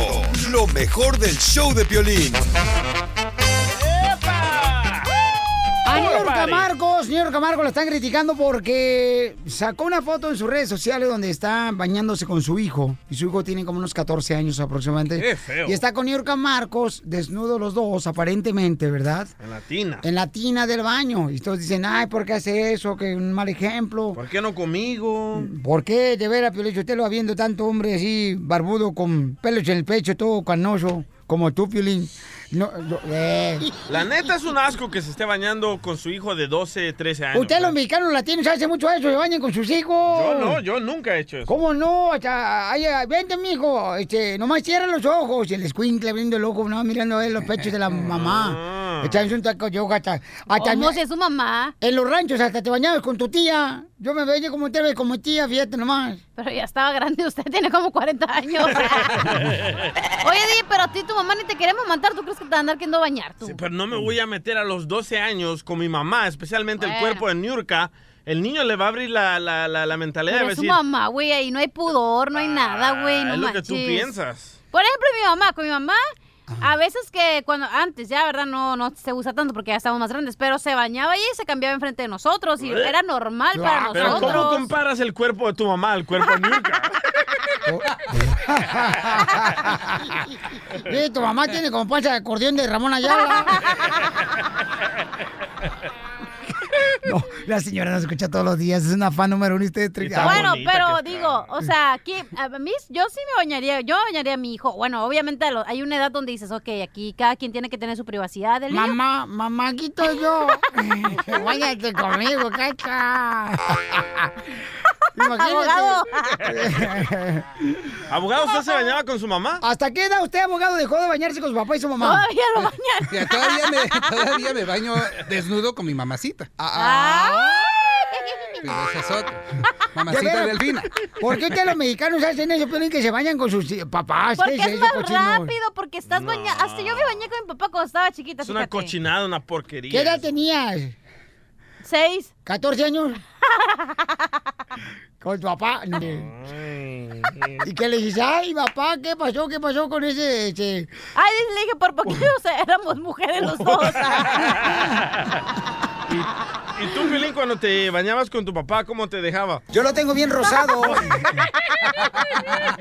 B: lo mejor del show de Piolín.
D: A Niurka
B: Party.
D: Marcos, Niurka Marcos la están criticando porque sacó una foto en sus redes sociales donde está bañándose con su hijo. Y su hijo tiene como unos 14 años aproximadamente.
E: Qué feo.
D: Y está con Niurka Marcos, desnudos los dos, aparentemente, ¿verdad?
E: En la tina.
D: En la tina del baño. Y todos dicen, ay, ¿por qué hace eso? Que un mal ejemplo.
E: ¿Por qué no conmigo?
D: ¿Por qué de veras, Piolín, usted lo habiendo tanto hombre así, barbudo, con pelos en el pecho, todo canoso, como tú, Piolín? No, no, eh.
E: La neta es un asco que se esté bañando con su hijo de 12, 13 años.
D: Ustedes los mexicanos latinos hacen mucho eso, se bañan con sus hijos.
E: pues. Yo no, yo nunca he hecho eso.
D: ¿Cómo no? Hasta, ay, ay, ah, vente, mijo, este, nomás cierra los ojos. El escuincle abriendo el ojo, no, mirando ahí los pechos de la
E: Ah.
D: mamá. Echándose un taco de hoja hasta... hasta
C: ¿Cómo si es su mamá?
D: Ah, En los ranchos hasta te bañabas con tu tía. Yo me veía como te como tía, fíjate nomás.
C: Pero ya estaba grande, usted tiene como 40 años. Oye, Di, pero a ti tu mamá ni te quiere mamantar, ¿tú crees que te va a andar queriendo bañar tú?
E: Pero no me voy a meter a los 12 años con mi mamá, especialmente el
C: Bueno.
E: cuerpo de Niurka. El niño le va a abrir la, la, la, la mentalidad
C: Pero
E: de
C: es su
E: decir,
C: mamá, güey, ahí no hay pudor, no hay nada, güey,
E: "Ah,
C: no
E: es lo que
C: manches.
E: tú piensas.
C: Por ejemplo, mi mamá, con mi mamá, a veces que cuando antes ya, ¿verdad? No, no se usa tanto porque ya estábamos más grandes, pero se bañaba y se cambiaba enfrente de nosotros y
E: Bleh.
C: era normal para
E: Ah, Pero ¿cómo
C: nosotros.
E: comparas el cuerpo de tu mamá al cuerpo de Niurka?
D: Eh, tu mamá tiene como panza de acordeón de Ramón Ayala. No, la señora nos escucha todos los días, es una fan número uno. y Usted Ah,
C: Bueno, pero digo, o sea, aquí, a mí, yo sí me bañaría, yo bañaría a mi hijo. Bueno, obviamente a lo- hay una edad donde dices, ok, aquí cada quien tiene que tener su privacidad. del niño".
D: Mamá, mamá, quito yo. Váyate conmigo, cacha.
C: Abogado.
E: ¿Abogado usted se bañaba con su mamá?
D: ¿Hasta qué edad usted, abogado, dejó de bañarse con su papá y su mamá?
C: Todavía lo bañan.
O: Ya, todavía, me, todavía me baño desnudo con mi mamacita.
D: Ah,
O: Pero esa es otra. Mamacita delfina.
D: ¿Por qué ustedes los mexicanos hacen eso, Piolín, que se bañan con sus eh, papás?
C: Porque
D: ¿Qué es
C: es
D: eso,
C: más
D: cochino?
C: rápido, porque estás bañando. Hasta yo me bañé con mi papá cuando estaba chiquita.
E: Es una
C: fíjate.
E: cochinada, una porquería.
D: ¿Qué edad tenías?
C: Seis.
D: ¿Catorce años? Con tu papá. ¿Y qué le dices? Ay, papá, ¿qué pasó? ¿Qué pasó con ese...? este?" ese?
C: Ay, le dije, por poquito o sea, éramos mujeres los dos.
S: ¿Y, y tú, Pelín, cuando te bañabas con tu papá, cómo te dejaba?
D: Yo lo tengo bien rosado.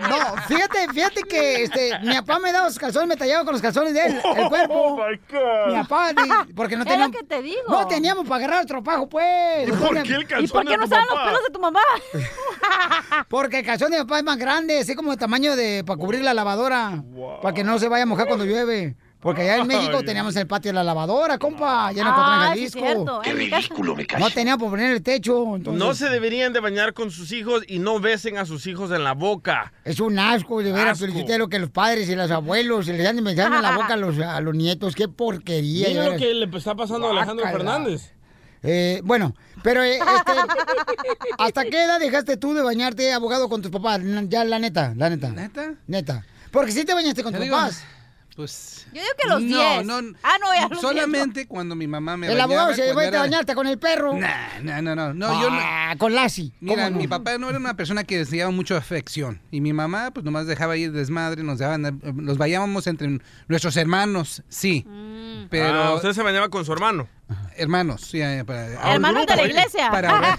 D: No, fíjate, fíjate que este, mi papá me daba los calzones, me tallaba con los calzones de él, el cuerpo.
S: Oh, my God.
D: Mi papá, di- porque no
C: Es lo
D: teníamos.
C: Ah. que te digo.
D: No teníamos para agarrar el tropajo, pues.
C: ¿Y por qué el calzón ¿Y por qué de no tu estaban los papá? pelos de
D: tu mamá? Porque el calzón de mi papá es más grande, así como el tamaño de. para cubrir la lavadora. Para que no se vaya a mojar cuando llueve. Porque allá en México
T: Ay.
D: teníamos el patio de la lavadora, compa. Ya no encontré en
S: Ah, sí,
D: Jalisco.
S: cierto. Qué En mi casa- ridículo, me cae.
D: No teníamos para poner el techo. Entonces,
S: No se deberían de bañar con sus hijos y no besen a sus hijos en la boca.
D: Es un asco de ver a Felicitero que los padres y los abuelos se les dan besando en la boca a los, a los nietos. Qué porquería. de
S: Mira lo
D: veras.
S: que le está pasando a Alejandro
D: Guácala.
S: Fernández.
D: Eh, bueno, pero eh, este, ¿hasta qué edad dejaste tú de bañarte, abogado, con tus papás? Na- Ya, la neta, la neta. ¿Neta? Neta. Porque si te bañaste con
O: Te
D: tus
O: digo,
D: papás.
O: Pues.
C: Yo digo que
D: los
O: no,
D: 10.
O: No, no.
C: Ah, no, ya los
O: Solamente cuando mi mamá me
D: el abogado se
O: llevó
D: llevó y te bañaste con el perro.
O: Nah, nah, no, no, no, yo no-
D: Ah, Con Lassie. ¿Cómo
O: Mira,
D: no?
O: mi papá no era una persona que enseñaba mucho afección. Y mi mamá, pues nomás dejaba ir desmadre, nos daban, los vayábamos entre nuestros hermanos, sí.
C: Mm.
O: Pero.
S: Ah, usted se bañaba con su hermano.
O: Hermanos, sí, eh, para,
C: Hermanos
O: grupo,
C: de la
O: oye,
C: iglesia.
O: Para orar,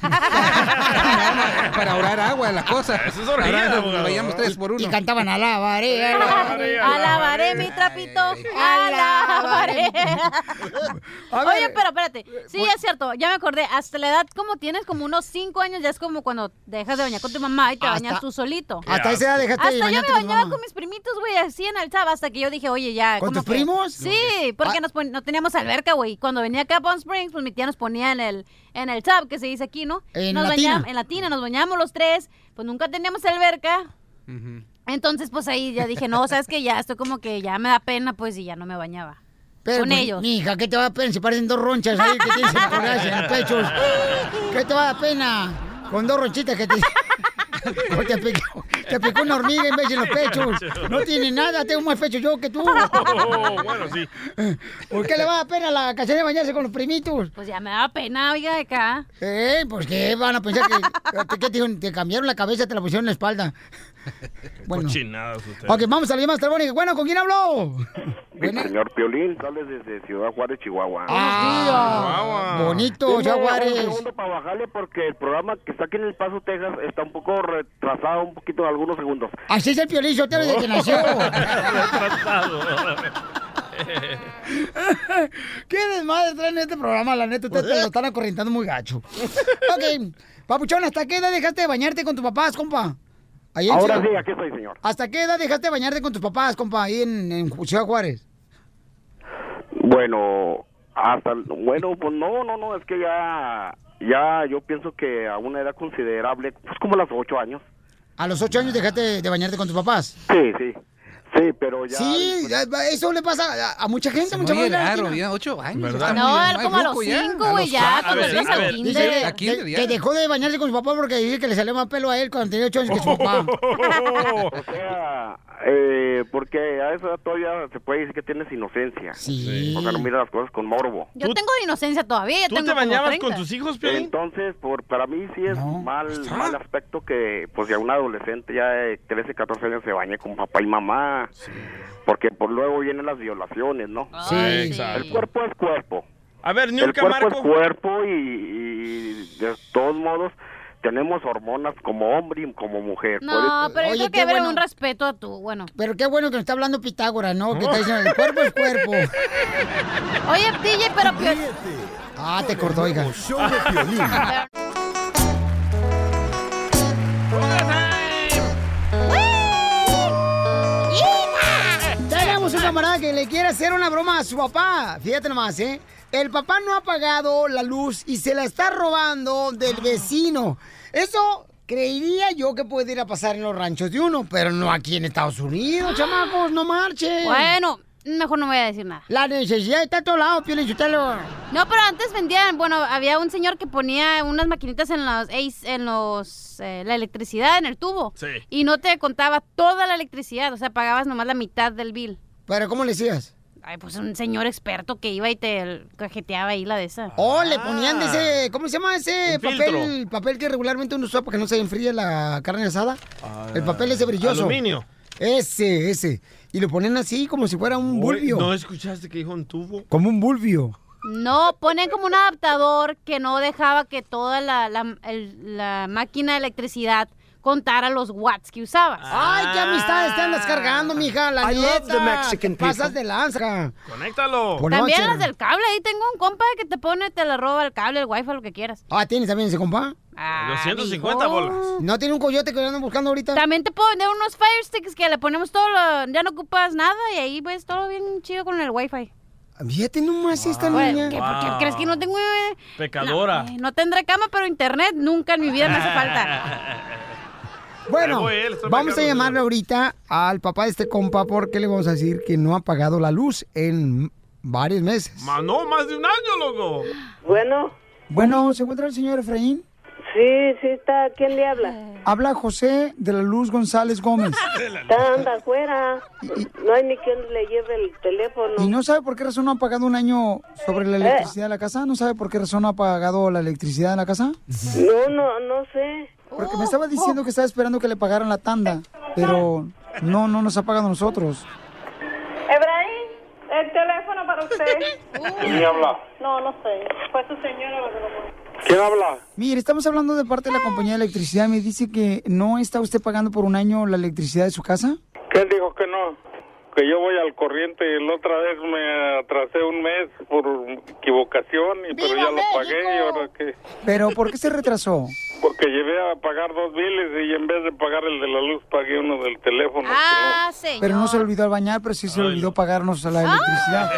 O: para orar agua, la cosa.
S: Eso es orgía,
O: Ahora nos
S: abogado.
O: vayamos tres por uno.
D: Y cantaban alabaré, alabaré.
C: Alabaré mi trapito, alabaré. Oye, pero espérate. Sí, es cierto, ya me acordé. Hasta la edad como tienes, como unos 5 años, ya es como cuando dejas de bañar con tu mamá
E: Ah,
C: y te
D: Hasta-
C: bañas tú solito.
D: Qué hasta esa edad asco. dejaste de
C: Hasta yo
D: bañarte
C: me
D: con tu
C: bañaba
D: mamá.
C: con mis primitos, güey, así en alzaba, hasta que yo dije, oye, ya.
D: ¿Con
C: como
D: tus
C: que-
D: primos? Ah.
C: Sí, porque nos pon- no teníamos alberca, güey. Y Cuando venía acá a Palm Springs, pues mi tía nos ponía en el, en el tub, que se dice aquí, ¿no?
D: En
C: nos
D: la
C: bañábamos-
D: tina.
C: En la tina, nos bañábamos los tres, pues nunca teníamos alberca. Entonces, pues ahí ya dije, no, sabes que ya estoy como que ya me da pena, pues, y ya no me bañaba.
D: Pero,
C: con
D: pues,
C: ellos.
D: Mija, ¿qué te va a pena si parecen dos ronchas ahí que tienes en, tu gracia, en los pechos? ¿Qué te va a pena con dos ronchitas que te... Oh, te, picó, te picó una hormiga en vez de los pechos. No tiene nada, tengo más pecho yo que tú.
S: Oh, bueno, sí.
D: ¿Por qué le va a pena a la cachera de bañarse con los primitos?
C: Pues ya me da pena, oiga, de acá.
D: Eh, pues qué van a pensar que, que te, dijeron? te cambiaron la cabeza, te la pusieron en la espalda. Bueno.
S: Cochinadas ustedes.
D: Ok, vamos a la llamada telefónica. Bueno, ¿con quién habló?
R: Mi señor Piolín, sales desde Ciudad Juárez, Chihuahua.
D: Ah, bonito,
R: Dime,
D: ya
R: Un
D: Juárez.
R: segundo para bajarle porque el programa que está aquí en El Paso, Texas, está un poco retrasado, un poquito de algunos segundos.
D: Así es el piolín Sotelo desde
C: Oh.
D: que nació.
R: retrasado.
D: Qué desmadre traen en este programa, la neta. Ustedes te lo están acorrentando muy gacho. Ok, papuchón, ¿hasta qué edad dejaste de bañarte con tus papás, compa? Ahí en
R: Ahora
D: Ciudad-
R: sí, aquí estoy, señor.
D: ¿Hasta qué edad dejaste de bañarte con tus papás, compa, ahí en, en Ciudad Juárez?
R: Bueno, hasta bueno, pues no, no, no, es que ya ya yo pienso que a una edad considerable, pues como a los ocho años.
D: ¿A los ocho años dejaste de bañarte con tus papás?
R: Sí, sí. Sí, pero ya
D: Sí, ya- eso le pasa a, a mucha gente,
O: Se
D: mucha
O: muy
D: gente.
O: raro, ya ocho años.
D: ¿Verdad?
O: está
D: No,
O: muy-
D: era
O: muy
D: como a los
O: ruco
D: cinco,
O: A
D: güey,
O: los
D: ya,
O: ocho,
D: cuando
O: a ver,
D: empiezas
O: a ver,
D: kinder.
O: dice, a
D: Que,
O: kinder, ya.
D: que dejó de bañarse con su papá porque dice que le salió más pelo a él cuando tenía ocho años que su papá.
R: Oh.
C: Ah,
R: o sea, eh, porque a esa edad todavía se puede decir que tienes inocencia.
D: Sí.
R: O sea, no miras las cosas con morbo.
C: Yo tengo inocencia todavía. ya
R: tú
C: tengo
R: te
C: como
R: bañabas
C: 30.
R: con tus
S: hijos,
R: Entonces, por para mí sí es mal, mal aspecto que pues ya un adolescente ya de 13, 14 años se bañe con papá y mamá. Porque por luego vienen las violaciones, ¿no?
S: Sí. exacto.
R: El cuerpo es cuerpo.
S: A ver,
R: El
S: Niurka
R: cuerpo
S: Marco.
R: es cuerpo y, y de todos modos tenemos hormonas como hombre y como mujer.
C: No, pero yo
D: Oye,
C: creo
D: qué
C: que haber
D: bueno.
C: un respeto a tu, bueno.
D: Pero qué bueno que nos está hablando Pitágoras, ¿no? Que está diciendo, el cuerpo es cuerpo.
C: Oye, DJ, pero... pues,
D: Ah, te cortó, oiga. Tenemos un camarada que le quiere hacer una broma a su papá. Fíjate nomás, ¿eh? El papá no ha pagado la luz y se la está robando del vecino. Eso creería yo que puede ir a pasar en los ranchos de uno, pero no aquí en Estados Unidos, chamacos, no marchen.
C: Bueno, mejor no voy a decir nada.
D: La necesidad está a todos lados, Piolín Sotelo.
C: No, pero antes vendían, bueno, había un señor que ponía unas maquinitas en los, AC en los, eh, la electricidad, en el tubo.
D: Sí.
C: Y no te contaba toda la electricidad, o sea, pagabas nomás la mitad del bill.
D: ¿Pero cómo le decías?
C: Ay, pues un señor experto que iba y te cajeteaba ahí la de esa.
D: Oh, le ponían de ese, ¿cómo se llama ese
C: Un
D: papel?
C: filtro.
D: Papel que regularmente uno usa para que no se enfríe la carne asada. el papel ese brilloso.
S: aluminio.
D: Ese, ese. Y lo ponen así como si fuera un
S: Uy,
D: bulbio.
S: ¿No escuchaste que dijo un tubo?
D: Como un bulbio.
C: No, ponen como un adaptador que no dejaba que toda la, la- el- la máquina de electricidad contara los watts que usabas. Ah.
D: Ay, qué amistades están descargando, mija, la
C: I
D: neta.
C: love the Mexican
D: Te Ah, Pasas
C: people.
D: de lanza.
S: Conéctalo.
C: También las del cable, ahí tengo un compa que te pone, te le roba el cable, el wifi, lo que quieras.
D: Ah, ¿tienes también ese compa?
C: Ah,
S: 250
C: mijo.
S: bolas.
D: ¿No tiene un coyote que lo andan buscando ahorita?
C: También te puedo vender unos Fire Sticks que le ponemos todo, lo- ya no ocupas nada y ahí ves todo bien chido con el wifi.
D: Fíjate nomás esta
C: Bueno,
D: niña.
C: ¿qué- por qué crees que no tengo... eh,
S: Pecadora.
C: eh, no tendré cama, pero internet nunca en mi vida me hace falta.
D: Bueno,
S: Ahí voy, él, estoy
D: vamos a
S: marcando.
D: llamarle ahorita al papá de este compa porque le vamos a decir que no ha pagado la luz en varios meses.
S: Ma, no, más de un año, loco.
D: Bueno. Bueno, ¿se encuentra el señor Efraín? Eh.
T: Sí, sí está. ¿Quién le habla?
D: Habla José de la Luz González Gómez.
T: Está anda afuera. No hay ni quien le lleve el teléfono.
D: ¿Y no sabe por qué razón no ha pagado un año sobre
T: Eh.
D: la electricidad de la casa? ¿No sabe por qué razón no ha pagado la electricidad de la casa?
T: No, no, no sé.
D: Porque me estaba diciendo que estaba esperando que le pagaran la tanda, pero no, no nos ha pagado a nosotros.
N: Ebrahim, el teléfono para usted.
P: ¿Quién habla?
N: No, no sé. Fue su señora la que lo puso.
P: ¿Quién habla?
D: Mire, estamos hablando de parte de la compañía de electricidad. Me dice que no está usted pagando por un año la electricidad de su casa.
P: ¿Quién dijo que no? Que yo voy al corriente y la otra vez me atrasé un mes por equivocación, y, pero ya lo pagué y ahora que...
D: Pero ¿por qué se retrasó?
P: Porque llevé a pagar dos biles y en vez de pagar el de la luz pagué uno del teléfono.
C: Ah, señor.
D: Pero no se olvidó al bañar, pero sí se olvidó pagarnos la electricidad.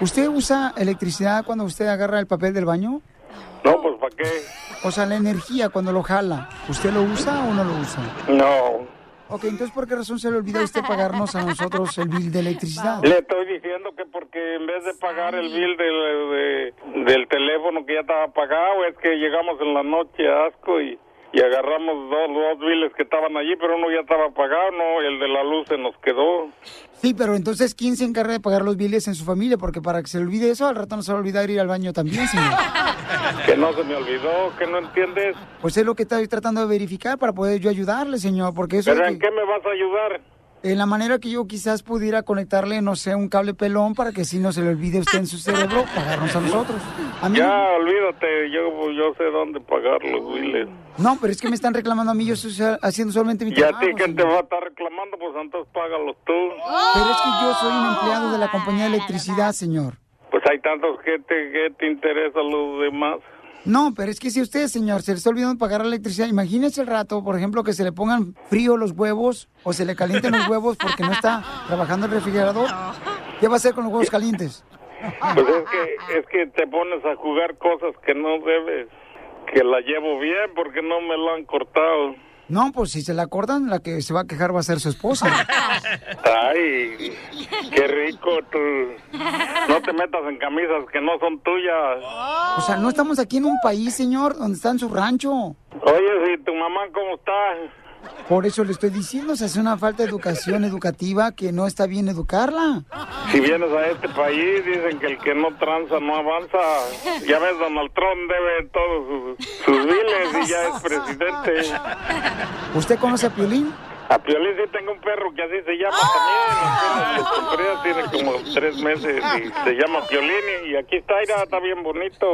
D: ¿Usted usa electricidad cuando usted agarra el papel del baño?
P: No, pues ¿para qué?
D: O sea, la energía cuando lo jala. ¿Usted lo usa o no lo usa?
P: No.
D: Ok, entonces ¿por qué razón se le olvidó a usted pagarnos a nosotros el bill de electricidad?
P: Le estoy diciendo que porque en vez de pagar el bill del, de- del teléfono que ya estaba pagado, es que llegamos en la noche a Asco y, y agarramos dos, dos biles que estaban allí, pero uno ya estaba pagado, no, el de la luz se nos quedó.
D: Sí, pero entonces ¿quién se encarga de pagar los billes en su familia? Porque para que se le olvide eso, al rato no se va a olvidar ir al baño también, señor.
P: Que no se me olvidó, que no entiendes.
D: Pues es lo que estoy tratando de verificar para poder yo ayudarle, señor, porque eso...
P: ¿Pero
D: de
P: en
D: que-
P: qué me vas a ayudar?
D: En la manera que yo quizás pudiera conectarle, no sé, un cable pelón para que si no se le olvide a usted en su cerebro pagarnos a nosotros. A mí
P: Ya, olvídate, yo, yo sé dónde pagar los biles.
D: No, pero es que me están reclamando a mí, yo estoy sa- haciendo solamente mi
P: ¿Y a
D: trabajo.
P: ti quién te
D: señor.
P: va a estar reclamando? Pues entonces págalos tú.
D: Pero es que yo soy un empleado de la compañía de electricidad, señor.
P: Pues hay tantos gente que te interesa los demás.
D: No, pero es que si usted, señor, se le está olvidando pagar la electricidad, imagínese el rato, por ejemplo, que se le pongan frío los huevos o se le calienten los huevos porque no está trabajando el refrigerador. ¿Qué va a hacer con los huevos calientes?
P: Pues es que, es que te pones a jugar cosas que no debes. Que la llevo bien porque no me la han cortado.
D: No, pues si se la acordan, la que se va a quejar va a ser su esposa.
P: Ay, qué rico tú. No te metas en camisas que no son tuyas.
D: O sea, no estamos aquí en un país, señor, donde está en su rancho.
P: Oye, ¿y tu mamá cómo está?
D: Por eso le estoy diciendo, o sea, es una falta de educación educativa que no está bien educarla.
P: Si vienes a este país, dicen que el que no tranza no avanza. Ya ves, Donald Trump debe todos sus, sus biles y ya es presidente.
D: ¿Usted conoce a Piolín?
P: A Piolín sí tengo un perro que así se llama también. apenas lo compré, tiene como tres meses y se llama Piolín y aquí está, mira, está bien bonito.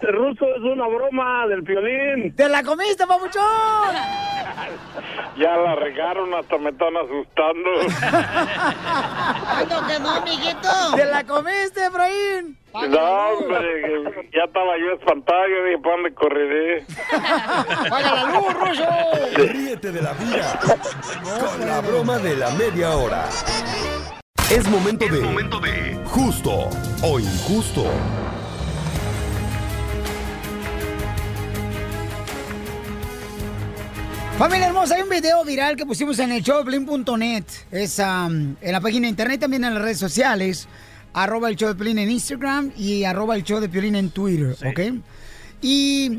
P: El ruso es una broma del Piolín.
D: ¡Te la comiste, papuchón!
P: Ya la regaron, hasta me están asustando.
D: no, que no, amiguito! ¡Te la comiste, Efraín!
P: No, hombre, ya estaba yo espantado, yo dije, ¿para dónde correré?
D: ¡Paga la luz, Ruso!
B: Ríete de la vida con la broma de la media hora. Es momento de, justo o injusto.
D: Familia hermosa, hay un video viral que pusimos en el showplin.net. Es am, en la página de internet, también en las redes sociales. Arroba el show de Piolín en Instagram y arroba el show de Piolín en Twitter, ¿ok? Y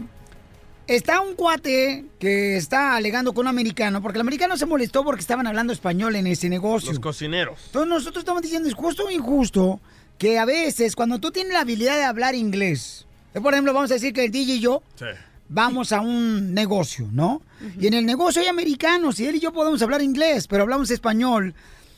D: está un cuate que está alegando con un americano, porque el americano se molestó porque estaban hablando español en ese negocio.
S: Los cocineros.
D: Entonces nosotros estamos diciendo, es justo o injusto que a veces cuando tú tienes la habilidad de hablar inglés, eh, por ejemplo, vamos a decir que el DJ y yo vamos a un negocio, ¿no? Y en el negocio hay americanos y él y yo podemos hablar inglés, pero hablamos español.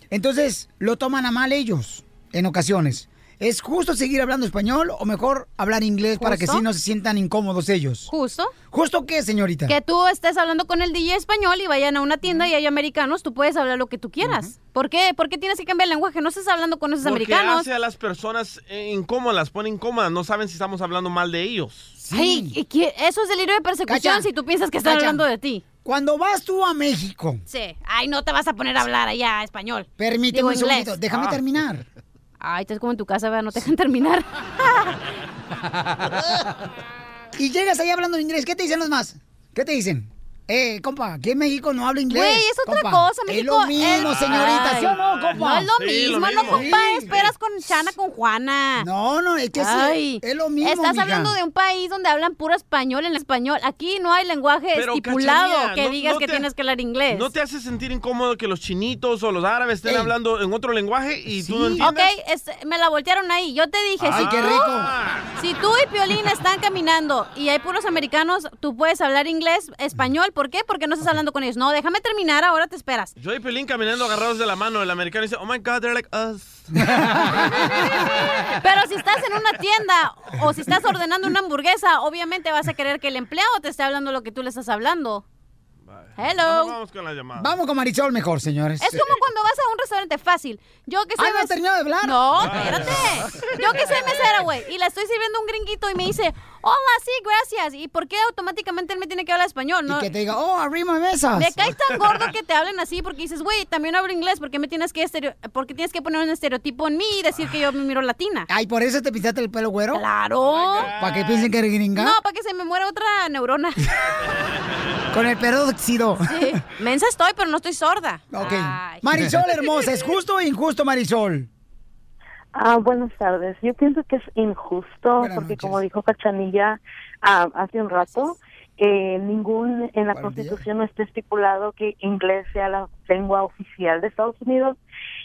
D: Entonces lo toman a mal ellos en ocasiones. ¿Es justo seguir hablando español o mejor hablar inglés para que
C: ¿Justo?
D: sí no se sientan incómodos ellos?
C: Justo.
D: ¿Justo qué, señorita?
C: Que tú estés hablando con el DJ español y vayan a una tienda y hay americanos, tú puedes hablar lo que tú quieras. ¿Por qué? ¿Por qué tienes que cambiar el lenguaje? No estás hablando con esos
S: Porque
C: americanos.
S: hace a las personas eh, incómodas, las pone incómodas, no saben si estamos hablando mal de ellos.
C: Ay, y que- eso es delirio de persecución
S: Cacha.
C: si tú piensas que están
S: Cacha.
C: hablando de ti.
D: Cuando vas tú a México.
C: Sí. Ay, no te vas a poner a hablar allá español.
D: Permíteme
C: Digo,
D: un
C: inglés. Ah.
D: segundito, déjame terminar.
C: Ay, estás como en tu casa, ¿verdad? No te dejan terminar.
D: Y llegas ahí hablando inglés, ¿qué te dicen los más? ¿Qué te dicen? Eh, compa, que en México no habla inglés.
C: Güey, es otra
D: compa.
C: cosa, México.
D: Es lo mismo,
C: es-
D: señorita, ¿sí o no,
C: Ay,
D: compa?
C: No es lo mismo, no, compa. Esperas con Chana, con Juana.
D: No, no, es que sí, es lo mismo,
C: Estás
D: mija.
C: hablando de un país donde hablan puro español en español. Aquí no hay lenguaje
S: Pero,
C: estipulado
S: Cachanía,
C: que
S: no-
C: digas
S: no
C: que
S: te-
C: tienes que hablar inglés.
S: ¿No te hace sentir incómodo que los chinitos o los árabes estén hablando en otro lenguaje y tú no
C: Ok,
S: entiendes?
C: es- me la voltearon ahí. Yo te dije,
S: Ay,
C: si
S: qué
C: tú,
S: rico.
C: si tú y Piolín están caminando y hay puros americanos, tú puedes hablar inglés, español. ¿Por qué? Porque no estás hablando con ellos. No, déjame terminar, ahora te esperas.
S: Yo y Pelín caminando agarrados de la mano, el americano dice, oh my God, they're like us.
C: Pero si estás en una tienda o si estás ordenando una hamburguesa, obviamente vas a querer que el empleado te esté hablando lo que tú le estás hablando. Hello.
S: Vamos con la llamada.
D: Vamos con Marisol mejor, señores.
C: Es como cuando vas a un restaurante fácil. Yo que soy.
D: Ay, Ah, no has
C: mes-
D: terminado de hablar.
C: No,
S: Ah.
C: espérate. Yo que soy mesera, güey. Y la estoy sirviendo a un gringuito y me dice, hola, sí, gracias. ¿Y por qué automáticamente él me tiene que hablar español? No.
D: que te diga, oh, arrima mesas.
C: Me cae tan gordo que te hablen así porque dices, güey, también hablo inglés. ¿Por qué me tienes que estereo- por qué tienes que poner un estereotipo en mí y decir que yo me miro latina?
D: Ay, ¿por eso te pintaste el pelo güero?
C: Claro.
D: ¿Para que piensen que eres gringa?
C: No, para que se me muera otra neurona.
D: Con el peróxido.
C: Sí. Mensa estoy, pero no estoy sorda.
D: Ok.
C: Ay.
D: Marisol, hermosa, ¿es justo o injusto, Marisol?
T: Ah, buenas tardes. Yo pienso que es injusto porque, como dijo Cachanilla ah, hace un rato, eh, ningún en la Constitución no está estipulado que inglés sea la lengua oficial de Estados Unidos.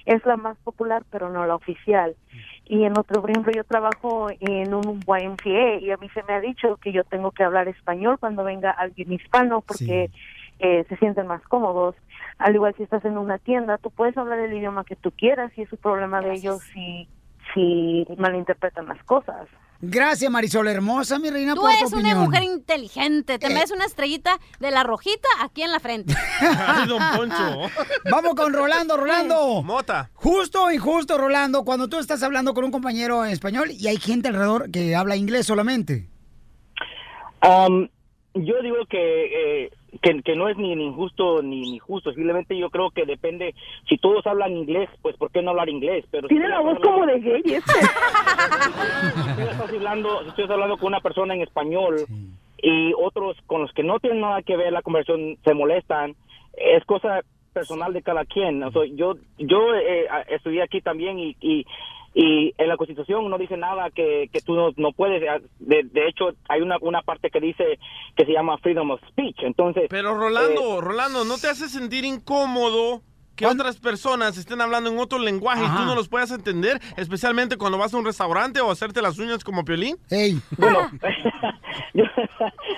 T: Es la más popular, pero no la oficial. Y en otro, por ejemplo, yo trabajo en un YMCA y a mí se me ha dicho que yo tengo que hablar español cuando venga alguien hispano porque eh, se sienten más cómodos. Al igual si estás en una tienda, tú puedes hablar el idioma que tú quieras y es un problema de ellos si, si malinterpretan las cosas.
D: Gracias, Marisol, hermosa, mi reina,
C: Tú
D: por
C: eres
D: tu
C: una
D: opinión. Eh.
C: mujer inteligente. Te mereces una estrellita de la rojita aquí en la frente.
D: Vamos con Rolando, Rolando.
S: Mota.
D: Justo o injusto, Rolando, cuando tú estás hablando con un compañero en español y hay gente alrededor que habla inglés solamente.
U: Am, Um, yo digo que, eh, que, que no es ni ni injusto ni, ni justo, simplemente yo creo que depende, si todos hablan inglés, pues ¿por qué no hablar inglés? Pero
T: Tiene la voz como de gay este.
U: tú estás hablando, si tú estás hablando con una persona en español y otros con los que no tienen nada que ver la conversación se molestan, es cosa personal de cada quien. O sea, yo yo eh, a- estudié aquí también y, y, y en la Constitución no dice nada que, que tú no, no puedes. ah, De, de hecho, hay una, una parte que dice que se llama freedom of speech. Entonces,
S: Pero Rolando, Rolando, ¿no te hace sentir incómodo que otras personas estén hablando en otro lenguaje y tú no los puedas entender? Especialmente cuando vas a un restaurante o hacerte las uñas como Piolín.
U: Bueno, eh,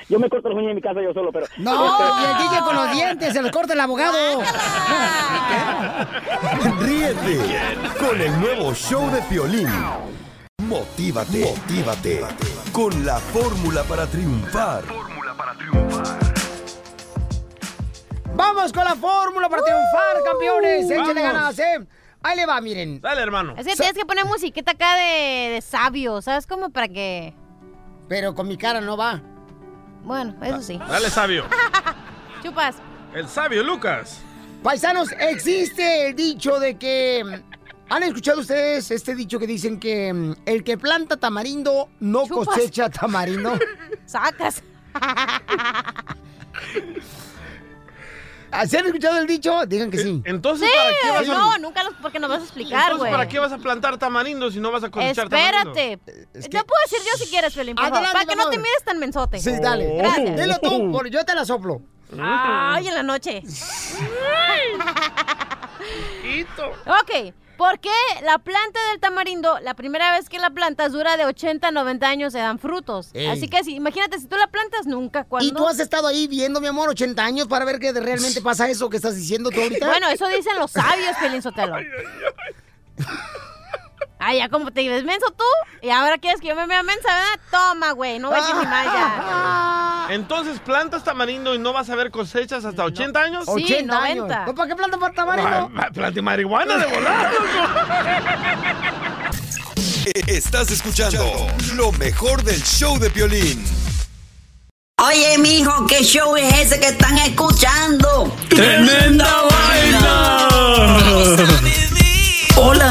U: yo me corto las uñas en mi casa yo solo, pero... este,
D: No, y el DJ con los dientes, se los corta el abogado.
B: Ríete con el nuevo show de Piolín. Motívate, motívate con la fórmula para triunfar.
D: Vamos con la fórmula para
C: Uh.
D: triunfar, campeones. Échale
S: Vamos.
D: ganas, ¿eh? Ahí le va, miren.
S: Dale, hermano.
C: Es que tienes que poner musiquita acá de, de sabio, ¿sabes? Como para que...
D: Pero con mi cara no va.
C: Bueno, eso sí.
S: Dale, sabio.
C: Chupas.
S: El sabio, Lucas.
D: Paisanos, existe el dicho de que... ¿Han escuchado ustedes este dicho que dicen que mm, el que planta tamarindo no
C: Chupas.
D: cosecha tamarindo?
C: Sacas.
D: ¿Se han escuchado Ah, el dicho? Digan que sí.
S: Eh, Entonces,
C: Sí,
S: ¿para qué vas a-
C: no, nunca los, porque nos vas a explicar,
S: Entonces,
C: güey.
S: ¿para qué vas a plantar tamarindo si no vas a cosechar tamarindo?
C: Espérate. Te puedo decir yo si quieres, Piolín, por favor,
D: Adelante,
C: para que no
D: mamá.
C: te mires tan mensote.
D: Sí, dale.
C: Gracias. Ah,
D: Dilo tú, por- yo te la soplo.
C: Ay, en la noche. ok, ¿por qué la planta del tamarindo, la primera vez que la plantas, dura de 80 a 90 años, se dan frutos?
D: Ey.
C: Así que si, imagínate, si tú la plantas nunca, cuando...
D: ¿Y tú has estado ahí viendo, mi amor, 80 años para ver que de- realmente pasa eso que estás diciendo tú ahorita?
C: Bueno, eso dicen los sabios, Pelín Sotelo. Ay, Ay, Ah, ya como te ves menso tú. Y ahora quieres que yo me vea mensa, ¿verdad? Toma, güey. No voy a decir ni más ya.
S: Entonces, plantas tamarindo y no vas a ver cosechas hasta 80 años.
C: Sí, 80 90. años.
D: ¿Pues ¿Para qué planta por
S: Ah,
D: tamarindo?
S: ah, Plante marihuana de volar.
B: Estás escuchando lo mejor del show de Piolín.
A: Oye, mijo, ¿qué show es ese que están escuchando?
H: ¡Tremenda
A: vaina! Hola